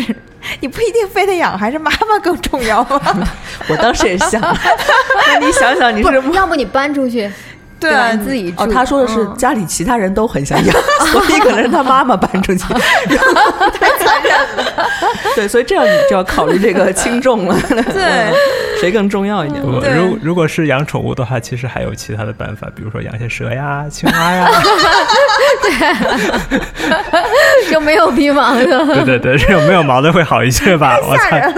Speaker 2: 你不一定非得养，还是妈妈更重要啊？
Speaker 3: 我当时也 想，那你想想，你
Speaker 5: 不
Speaker 3: 是
Speaker 5: 是，要不你搬出去，
Speaker 2: 对
Speaker 5: 吧
Speaker 2: 啊，
Speaker 5: 你自己住。
Speaker 3: 哦，他说的是
Speaker 5: 嗯
Speaker 3: 家里其他人都很想养， 所以可能是他妈妈搬 出去，太残忍了。 对，所以这样你就要考虑这个轻重了， 嗯
Speaker 2: 对，
Speaker 3: 谁更重要一点？
Speaker 4: 我
Speaker 2: 对
Speaker 4: 如如果是养宠物的话，其实还有其他的办法，比如说养一些蛇呀、青蛙呀，
Speaker 5: 就没有皮 毛的。
Speaker 4: 对对对，这种没有毛的会好一些吧？我猜，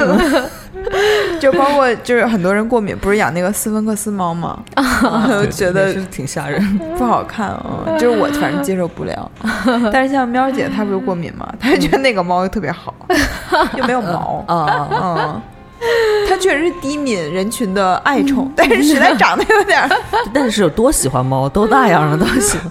Speaker 2: 就包括就是很多人过敏，不是养那个斯芬克斯猫吗？
Speaker 3: 啊
Speaker 2: 我觉得
Speaker 3: 是挺吓人。
Speaker 2: 不好看啊、
Speaker 3: 嗯
Speaker 2: 就是我反正接受不了。但是像喵姐她不是过敏吗？她觉得那个猫特别好，又没 有毛，
Speaker 3: 啊
Speaker 2: 嗯，它确实是低敏人群的爱
Speaker 3: 嗯
Speaker 2: 宠，但是实在长得有点儿
Speaker 3: 但是有多喜欢猫，都那样了，都喜 欢。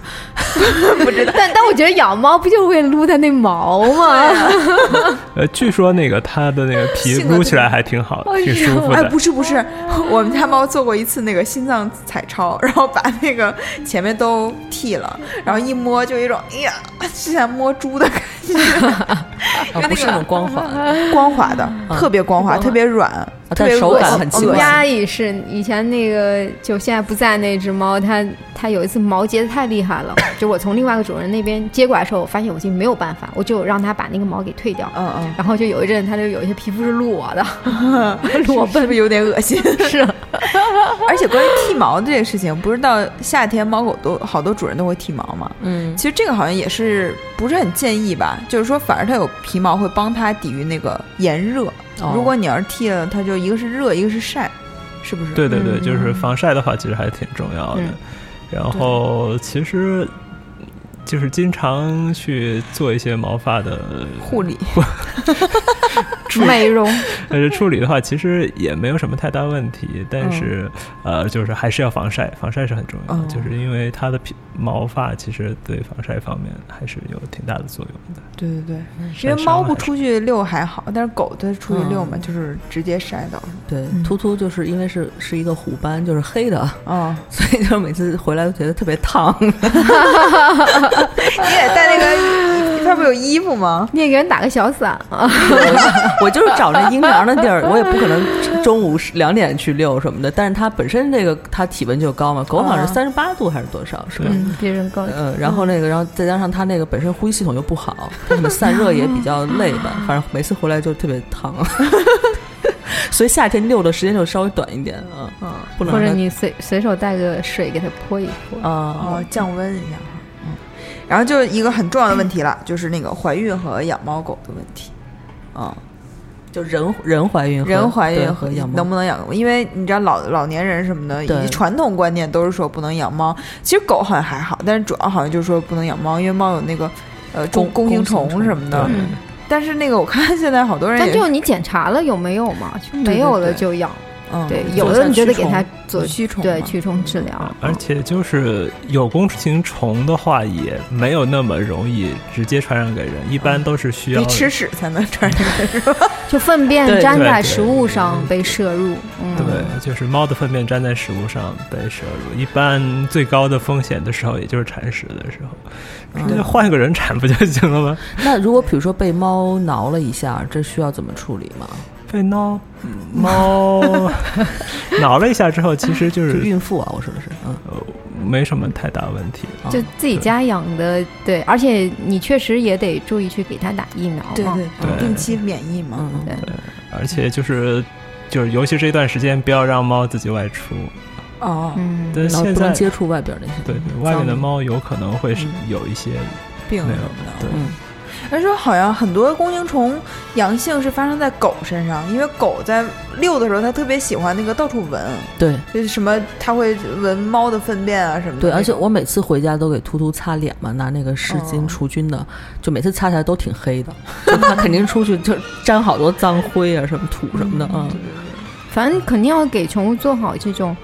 Speaker 2: 不知道。
Speaker 5: 但但我觉得养猫不就是为了撸它那毛
Speaker 3: 啊
Speaker 2: 啊
Speaker 5: 吗？
Speaker 4: 呃，据说那个它的那个皮
Speaker 2: 性格
Speaker 4: 撸起来还挺好的，
Speaker 5: 哎呦
Speaker 4: 挺舒服
Speaker 2: 哎，
Speaker 4: 的
Speaker 2: 不。是不是，我们家猫做过一次那个心脏彩超，然后把那个前面都剃了，然后一摸就有一种哎呀，是像摸猪的感觉，
Speaker 3: 啊，不是那种光环，
Speaker 2: 光滑的，特别光滑，特别软，
Speaker 3: 嗯啊但
Speaker 2: 特别
Speaker 3: 手
Speaker 2: 恶
Speaker 3: 感
Speaker 2: 心
Speaker 3: 很
Speaker 5: 我
Speaker 3: 奇怪
Speaker 5: 们
Speaker 2: 恶心
Speaker 5: 家也是，以前那个就现在不在那只猫，它它有一次毛结的太 厉害了，就我从另外一个主人那边接过来的时候，我发现我已经没有办法，我就让它把那个毛给退掉。
Speaker 2: 嗯嗯。
Speaker 5: 然后就有一阵，它就有一些皮肤是裸的，
Speaker 2: 是不
Speaker 5: 裸 奔
Speaker 2: 是有点恶心？
Speaker 5: 是。
Speaker 2: 而且关于剃毛这个事情，不是到夏天猫狗都好多主人都会剃毛吗？
Speaker 3: 嗯，
Speaker 2: 其实这个好像也是不是很建议吧，就是说反而它有皮毛会帮它抵御那个炎热。
Speaker 3: 哦
Speaker 2: 如果你要是剃了，它就一个是热，一个是晒，是不是？
Speaker 4: 对对对，
Speaker 5: 嗯
Speaker 4: 就是防晒的话，其实还挺重要的
Speaker 5: 嗯。
Speaker 4: 然后其实就是经常去做一些毛发的
Speaker 2: 护理。
Speaker 5: 美容，
Speaker 4: 呃，处理的话其实也没有什么太大问题，但是、呃，就是还是要防晒，防晒是很重要的，
Speaker 2: 嗯
Speaker 4: 就是因为它的皮毛发其实对防晒方面还是有挺大的作用的。
Speaker 2: 对对嗯对，因
Speaker 4: 晒
Speaker 2: 为猫
Speaker 4: 伤
Speaker 2: 不
Speaker 4: 害
Speaker 2: 出去遛还好，但是狗它出去遛嘛，
Speaker 3: 嗯
Speaker 2: 就是直接晒到。
Speaker 3: 对，突突就是因为是是一个虎斑，就是黑的，
Speaker 2: 哦，
Speaker 3: 所以就是每次回来都觉得特别烫。
Speaker 2: 你也带那个，它不有衣服吗？
Speaker 5: 你也给人打个小伞啊！
Speaker 3: 我就是找那阴凉的地儿，我也不可能中午十两点去遛什么的。但是它本身这个它体温就高嘛，狗好像
Speaker 2: 啊
Speaker 3: 是三十八度还是多少，是吧？
Speaker 5: 嗯，别人高兴。
Speaker 3: 嗯，然后那个，然后再加上它那个本身呼吸系统又不好，它可能散热也比较累吧，反正每次回来就特别烫，所以夏天遛的时间就稍微短一点啊，嗯不能
Speaker 5: 或者
Speaker 3: 让
Speaker 5: 你随随手带个水给它泼一泼
Speaker 3: 它。啊
Speaker 2: 哦，降温一下哈。嗯，然后就一个很重要的问题了，就是那个怀孕和养猫狗的问题。啊、
Speaker 3: 就人人怀孕和
Speaker 2: 人怀
Speaker 3: 对
Speaker 2: 孕
Speaker 3: 和养猫
Speaker 2: 能不能养狗？因为你知道老老年人什么的，以
Speaker 3: 对
Speaker 2: 及传统观念都是说不能养猫。其实狗好像还好，但是主要好像就是说不能养猫，因为猫有那个呃弓
Speaker 3: 弓弓
Speaker 2: 形
Speaker 3: 形
Speaker 2: 虫
Speaker 3: 虫
Speaker 2: 什么的
Speaker 4: 对。
Speaker 5: 嗯
Speaker 2: 但是那个我看现在好多人
Speaker 5: 但
Speaker 2: 也
Speaker 5: 就你检查了有没有嘛？就没有了就养。
Speaker 2: 嗯
Speaker 5: 对，
Speaker 2: 做
Speaker 5: 有
Speaker 2: 像
Speaker 5: 的你就得
Speaker 2: 驱
Speaker 5: 给它
Speaker 2: 虫
Speaker 5: 做
Speaker 2: 驱虫
Speaker 5: 对
Speaker 2: 嘛
Speaker 5: 驱虫治疗
Speaker 4: 啊。而且就是有弓形虫的话，也没有那么容易直接传染给人，一般都是需要
Speaker 2: 得嗯吃屎才能传染，是吧？
Speaker 5: 就粪便
Speaker 3: 对
Speaker 5: 粘
Speaker 4: 对
Speaker 5: 在
Speaker 4: 对
Speaker 5: 食物上被摄入，嗯，
Speaker 4: 对，就是猫的粪便粘在食物上被摄入，一般最高的风险的时候，也就是铲屎的时候，直接换个人铲不就行了吗？
Speaker 3: 那如果比如说被猫挠了一下，这需要怎么处理吗？
Speaker 4: 被挠猫挠了一下之后，其实就是是
Speaker 3: 孕妇啊，我说的是，嗯，
Speaker 4: 呃没什么太大问题。
Speaker 3: 啊
Speaker 5: 就自己家养的，对，而且你确实也得注意去给它打疫苗
Speaker 2: 对
Speaker 5: 嘛，
Speaker 2: 对
Speaker 4: 对
Speaker 2: 定期免疫嘛。
Speaker 3: 嗯，
Speaker 5: 对
Speaker 4: 而且就是就是，尤其这段时间，不要让猫自己外出。
Speaker 2: 哦，
Speaker 5: 嗯，
Speaker 4: 但是
Speaker 3: 然后
Speaker 4: 现
Speaker 3: 不
Speaker 4: 在
Speaker 3: 能接触外边那些，
Speaker 4: 对对，外面的
Speaker 3: 脏
Speaker 4: 猫有可能会是
Speaker 3: 嗯
Speaker 4: 有一些
Speaker 2: 病
Speaker 4: 那
Speaker 2: 什
Speaker 4: 个
Speaker 2: 么的。
Speaker 4: 对。
Speaker 3: 嗯，
Speaker 2: 而说好像很多弓形虫阳性是发生在狗身上，因为狗在遛的时候，它特别喜欢那个到处闻，
Speaker 3: 对
Speaker 2: 就是什么它会闻猫的粪便啊什么的。
Speaker 3: 对，而且我每次回家都给秃秃擦脸嘛，拿那个湿
Speaker 2: 哦
Speaker 3: 巾除菌的，就每次擦起来都挺黑的，就它肯定出去就沾好多脏灰啊、什么土什么的，嗯，
Speaker 5: 反正肯定要给宠物做好这种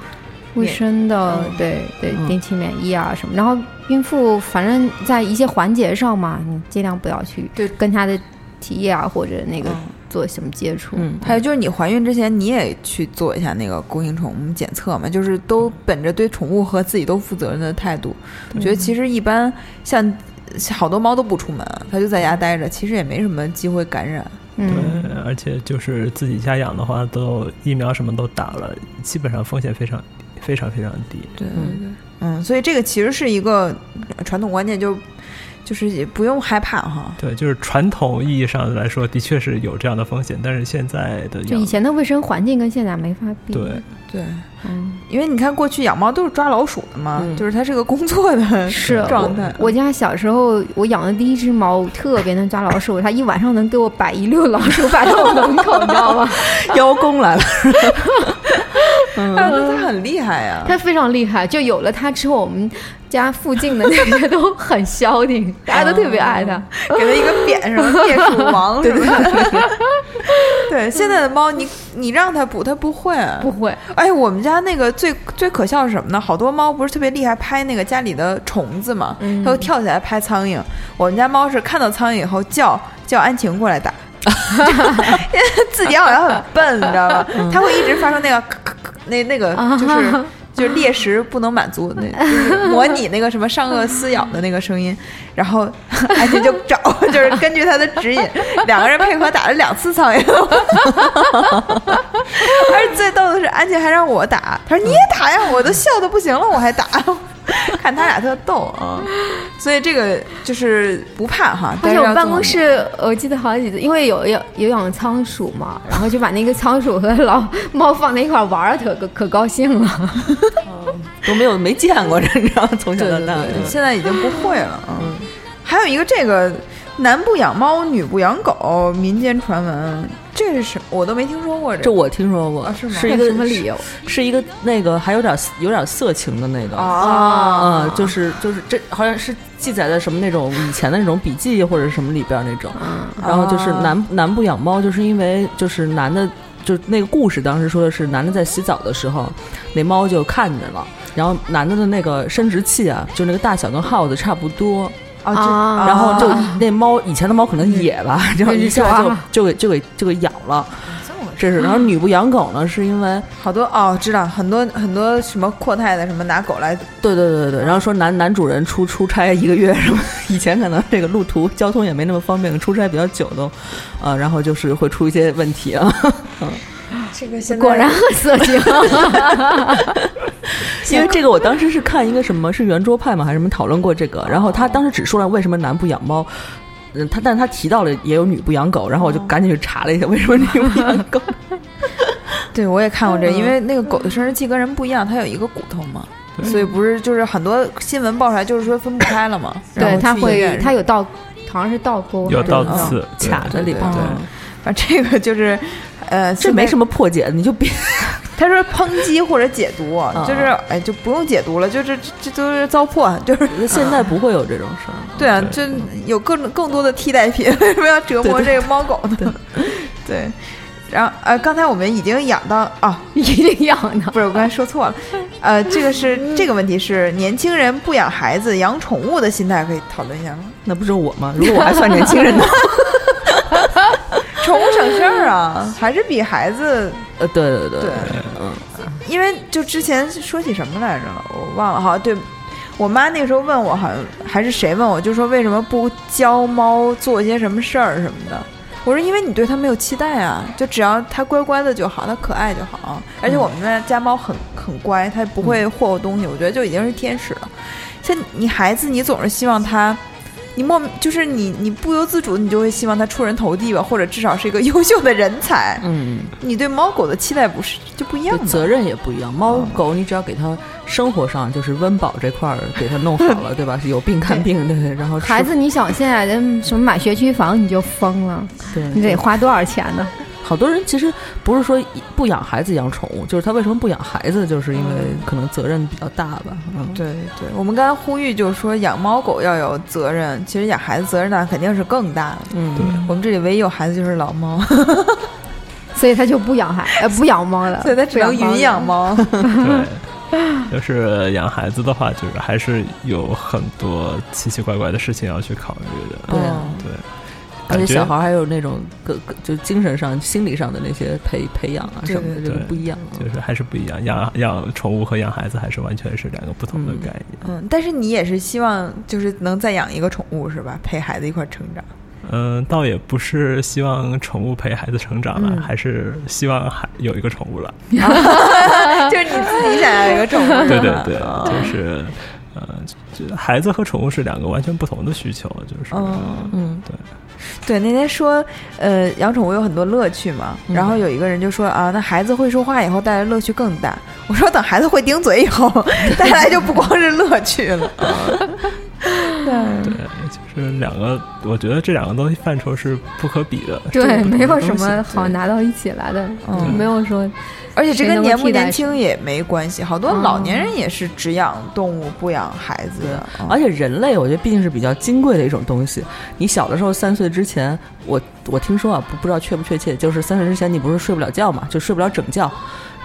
Speaker 5: 卫生的，
Speaker 2: 嗯
Speaker 5: 对对，
Speaker 3: 嗯
Speaker 5: 定期免疫啊什么。然后孕妇反正在一些环节上嘛，你尽量不要去
Speaker 2: 对
Speaker 5: 跟她的体液啊或者那个
Speaker 2: 嗯
Speaker 5: 做什么接触。
Speaker 3: 嗯
Speaker 2: 还有就是你怀孕之前，你也去做一下那个弓形虫检测嘛，就是都本着对宠物和自己都负责任的态度。我觉得其实一般像好多猫都不出门，它就在家待着，其实也没什么机会感染。
Speaker 5: 嗯，
Speaker 4: 对，而且就是自己家养的话，都疫苗什么都打了，基本上风险非常非常非常低。
Speaker 2: 对对对，嗯，所以这个其实是一个传统观念，就就是也不用害怕哈。
Speaker 4: 对，就是传统意义上来说，的确是有这样的风险，但是现在的
Speaker 5: 就
Speaker 4: 养
Speaker 5: 以前的卫生环境跟现在没法比。
Speaker 4: 对，
Speaker 2: 对，
Speaker 5: 嗯，
Speaker 2: 因为你看过去养猫都是抓老鼠的嘛，
Speaker 3: 嗯
Speaker 2: 就是它是个工作的
Speaker 5: 是
Speaker 2: 状态。
Speaker 5: 我家小时候，我养的第一只猫特别能抓老鼠，它一晚上能给我摆一溜老鼠摆到我门口，你知道吗？
Speaker 3: 邀功来了，
Speaker 2: 但是它很厉害呀、
Speaker 5: 它非常厉害，就有了它之后，我们家附近的那些都很消停，大家都特别爱它。
Speaker 2: 给它一个匾什么灭鼠王什么的。 对，现在的猫你你让它捕，它不会。
Speaker 5: 不会，
Speaker 2: 哎，我们家那个最最可笑是什么呢？好多猫不是特别厉害拍那个家里的虫子嘛，它会跳起来拍苍蝇。我们家猫是看到苍蝇以后叫叫安晴过来打，因为自己好像很笨，你知道 吧？
Speaker 5: 嗯
Speaker 2: 它会一直发出那个咳咳咳那那个
Speaker 5: 啊
Speaker 2: 就是。就是猎食不能满 足，那就是模拟那个什么上颚撕咬的那个声音，然后 安晴就找， 就是根据他的指引，两个人配合打了两次苍蝇， 而且最逗的是，安琪还让我打，她说你也打呀，我都笑的不行了，我还打， 看他俩特逗啊。所以这个就是不怕哈，
Speaker 5: 而
Speaker 2: 但
Speaker 5: 且
Speaker 2: 是
Speaker 5: 我
Speaker 2: 要
Speaker 5: 们办
Speaker 2: 做
Speaker 5: 公
Speaker 2: 好
Speaker 5: 室，呃我记得好几次，因为有有有养仓鼠嘛，然后就把那个仓鼠和老猫放在一块儿玩儿，可可可高兴了。
Speaker 3: 都没有没见过这，你知道，从小到大，
Speaker 2: 对现在已经不会了啊。还有一个这个男不养猫，女不养狗，民间传闻，这是什我都没听说过这
Speaker 3: 这
Speaker 2: 个
Speaker 3: 我听说过，
Speaker 2: 啊是吗
Speaker 3: 是一
Speaker 5: 看
Speaker 3: 个
Speaker 5: 什么理由？
Speaker 3: 是一个那个还有点有点色情的那个
Speaker 2: 啊
Speaker 3: 嗯就是就是这好像是记载在什么那种以前的那种笔记或者什么里边儿那种，然后就是
Speaker 2: 啊
Speaker 3: 男男不养猫，就是因为就是男的。就那个故事，当时说的是男的在洗澡的时候，那猫就看见了，然后男的的那个生殖器啊，就那个大小跟耗子差不多，
Speaker 2: 啊，这
Speaker 5: 啊
Speaker 3: 然后就那猫以前的猫可能野吧，然后一下就就给就给就给咬了，这是。然后女不养狗呢，是因为
Speaker 2: 好多哦，知道很多很多什么阔太太什么拿狗来
Speaker 3: 对对对对对，然后说男男主人出出差一个月什么， 以前可能这个路途交通也没那么方便，出差比较久都，呃，然后就是会出一些问题啊，
Speaker 2: 这个现在
Speaker 5: 果然很色情。
Speaker 3: 因为这个我当时是看一个什么是圆桌派嘛还是什么讨论过这个，然后他当时只说了为什么男不养猫。嗯，他但是他提到了也有女不养狗，然后我就赶紧去查了一下为什么女不养 狗。
Speaker 2: 对，我也看过这，因为那个狗的生殖器跟人不一样，它有一个骨头嘛，
Speaker 4: 对
Speaker 2: 所以不是就是很多新闻爆出来，就是说分不开了嘛。然
Speaker 5: 对
Speaker 2: 后，
Speaker 5: 它
Speaker 2: 去医
Speaker 5: 会
Speaker 2: 院，
Speaker 5: 它有倒，好像是倒钩，
Speaker 4: 有倒
Speaker 2: 嗯
Speaker 4: 刺对
Speaker 3: 卡在里边儿
Speaker 4: 对
Speaker 2: 嗯反正这个就是，呃，
Speaker 3: 哦这没什
Speaker 2: 么。
Speaker 3: 么破解的，你就 别
Speaker 2: 他说抨击或者解读，就是哎，就不用解读了，就是这这都是糟粕，就是
Speaker 3: 现在不会有这种事儿。
Speaker 2: 对啊，就
Speaker 4: 对
Speaker 2: 有各种更多的替代品， 为什么要折磨
Speaker 3: 对
Speaker 2: 这个猫狗呢？ 对，然后呃，刚才我们已经养到啊，
Speaker 5: 一定养的。
Speaker 2: 不是，我刚才 说错了。呃，这个是这个问题是年轻人不养孩子养宠物的心态，可以讨论 一下吗？
Speaker 3: 那不是我吗？如果我还算年轻人呢？
Speaker 2: 宠物省事儿啊，还是比孩子
Speaker 3: 呃， 对对对
Speaker 2: 对，因为就之前说起什么来着了，我忘了。好，对我妈那个时候问我，好像还是谁问我，就说为什么不教猫做些什么事儿什么的。我说，因为你对它没有期待啊，就只要它乖乖的就好，它可爱就好。而且我们家家猫很很乖，它不会霍霍东西，我觉得就已经是天使了。像你孩子，你总是希望它你莫就是你你不由自主，你就会希望它出人头地吧，或者至少是一个优秀的人才。
Speaker 3: 嗯，
Speaker 2: 你对猫狗的期待不是就不一样
Speaker 3: 对
Speaker 2: 的，
Speaker 3: 责任也不一样。猫狗你只要给它生活上就是温饱这块儿给它弄好了，对吧？是有病看病，对，然后吃
Speaker 5: 孩子，你想现在的什么买学区房你就疯了，
Speaker 3: 对，
Speaker 5: 你得花多少钱呢？
Speaker 3: 好多人其实不是说不养孩子养宠物，就是他为什么不养孩子，就是因为可能责任比较大吧。嗯，
Speaker 2: 对对，我们刚才呼吁就是说养猫狗要有责任，其实养孩子责任那肯定是更大的。
Speaker 3: 嗯
Speaker 4: 对
Speaker 2: 我们这里唯一有孩子就是老猫，
Speaker 5: 所以他就不养孩，呃，不养猫了，
Speaker 2: 所以它只能云养
Speaker 5: 猫了。
Speaker 2: 猫。
Speaker 4: 对，就是养孩子的话，就是还是有很多奇奇怪怪的事情要去考虑的。
Speaker 3: 对
Speaker 2: 哦
Speaker 4: 对，
Speaker 3: 嗯而且
Speaker 4: 感觉
Speaker 3: 小孩还有那种各各就精神上、心理上的那些培培养啊
Speaker 2: 对
Speaker 3: 什么的，
Speaker 2: 对
Speaker 3: 这个
Speaker 4: 对
Speaker 3: 不一样啊。
Speaker 4: 就是还是不一样，养养宠物和养孩子还是完全是两个不同的
Speaker 3: 嗯
Speaker 4: 概念。
Speaker 2: 嗯，但是你也是希望就是能再养一个宠物是吧？陪孩子一块儿成长。
Speaker 4: 嗯，倒也不是希望宠物陪孩子成长了，
Speaker 2: 嗯
Speaker 4: 还是希望还有一个宠物了。
Speaker 2: 就是你自己想要一个宠物，
Speaker 4: 对对 对，就是呃，就孩子和宠物是两个完全不同的需求，就是、
Speaker 2: 嗯
Speaker 3: 嗯，
Speaker 2: 对。那天说，呃，养宠物有很多乐趣嘛，
Speaker 3: 嗯
Speaker 2: 然后有一个人就说啊，那孩子会说话以后带来乐趣更大。我说等孩子会顶嘴以后， 带来就不光是乐趣了。
Speaker 4: 对，就是两个，我觉得这两个东西范畴是不可比的。是
Speaker 5: 对，
Speaker 4: 不同的
Speaker 5: 没有
Speaker 4: 东
Speaker 5: 什
Speaker 4: 西
Speaker 5: 么好
Speaker 4: 对
Speaker 5: 拿到一起来的，
Speaker 2: 嗯
Speaker 5: 没有说
Speaker 2: 而且这
Speaker 5: 谁
Speaker 2: 跟
Speaker 5: 能够
Speaker 2: 年不
Speaker 5: 替代
Speaker 2: 年轻也没关系，好多
Speaker 5: 嗯
Speaker 2: 老年人也是只养动物不养孩子的。嗯
Speaker 3: 而且人类，我觉得毕竟是比较金贵的一种东西。你小的时候三岁之前，我我听说啊，不不知道确不确切，就是三岁之前你不是睡不了觉嘛，就睡不了整觉，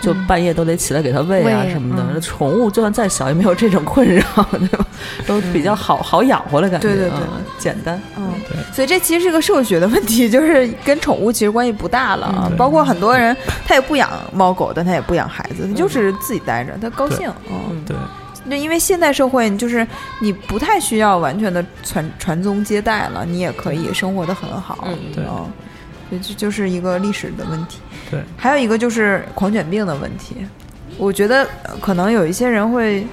Speaker 3: 就半夜都得起来给它喂啊
Speaker 5: 喂
Speaker 3: 什么的。
Speaker 5: 嗯
Speaker 3: 那宠物就算再小也没有这种困扰， 对吧？都比较好好养活了，感觉
Speaker 2: 对对对
Speaker 3: 嗯简单。
Speaker 2: 嗯
Speaker 4: 对，
Speaker 2: 所以这其实是个社会学的问题，就是跟宠物其实关系不大了啊。
Speaker 4: 嗯对
Speaker 2: 包括很多人他也不养猫狗，但他也不养孩子，他就是自己待着，他高兴。嗯，
Speaker 4: 对。
Speaker 2: 就因为现代社会，就是你不太需要完全的传传宗接代了，你也可以生活的很好。
Speaker 3: 嗯
Speaker 4: 对
Speaker 2: 嗯所以这就是一个历史的问题。
Speaker 4: 对，
Speaker 2: 还有一个就是狂犬病的问题。我觉得呃可能有一些人会，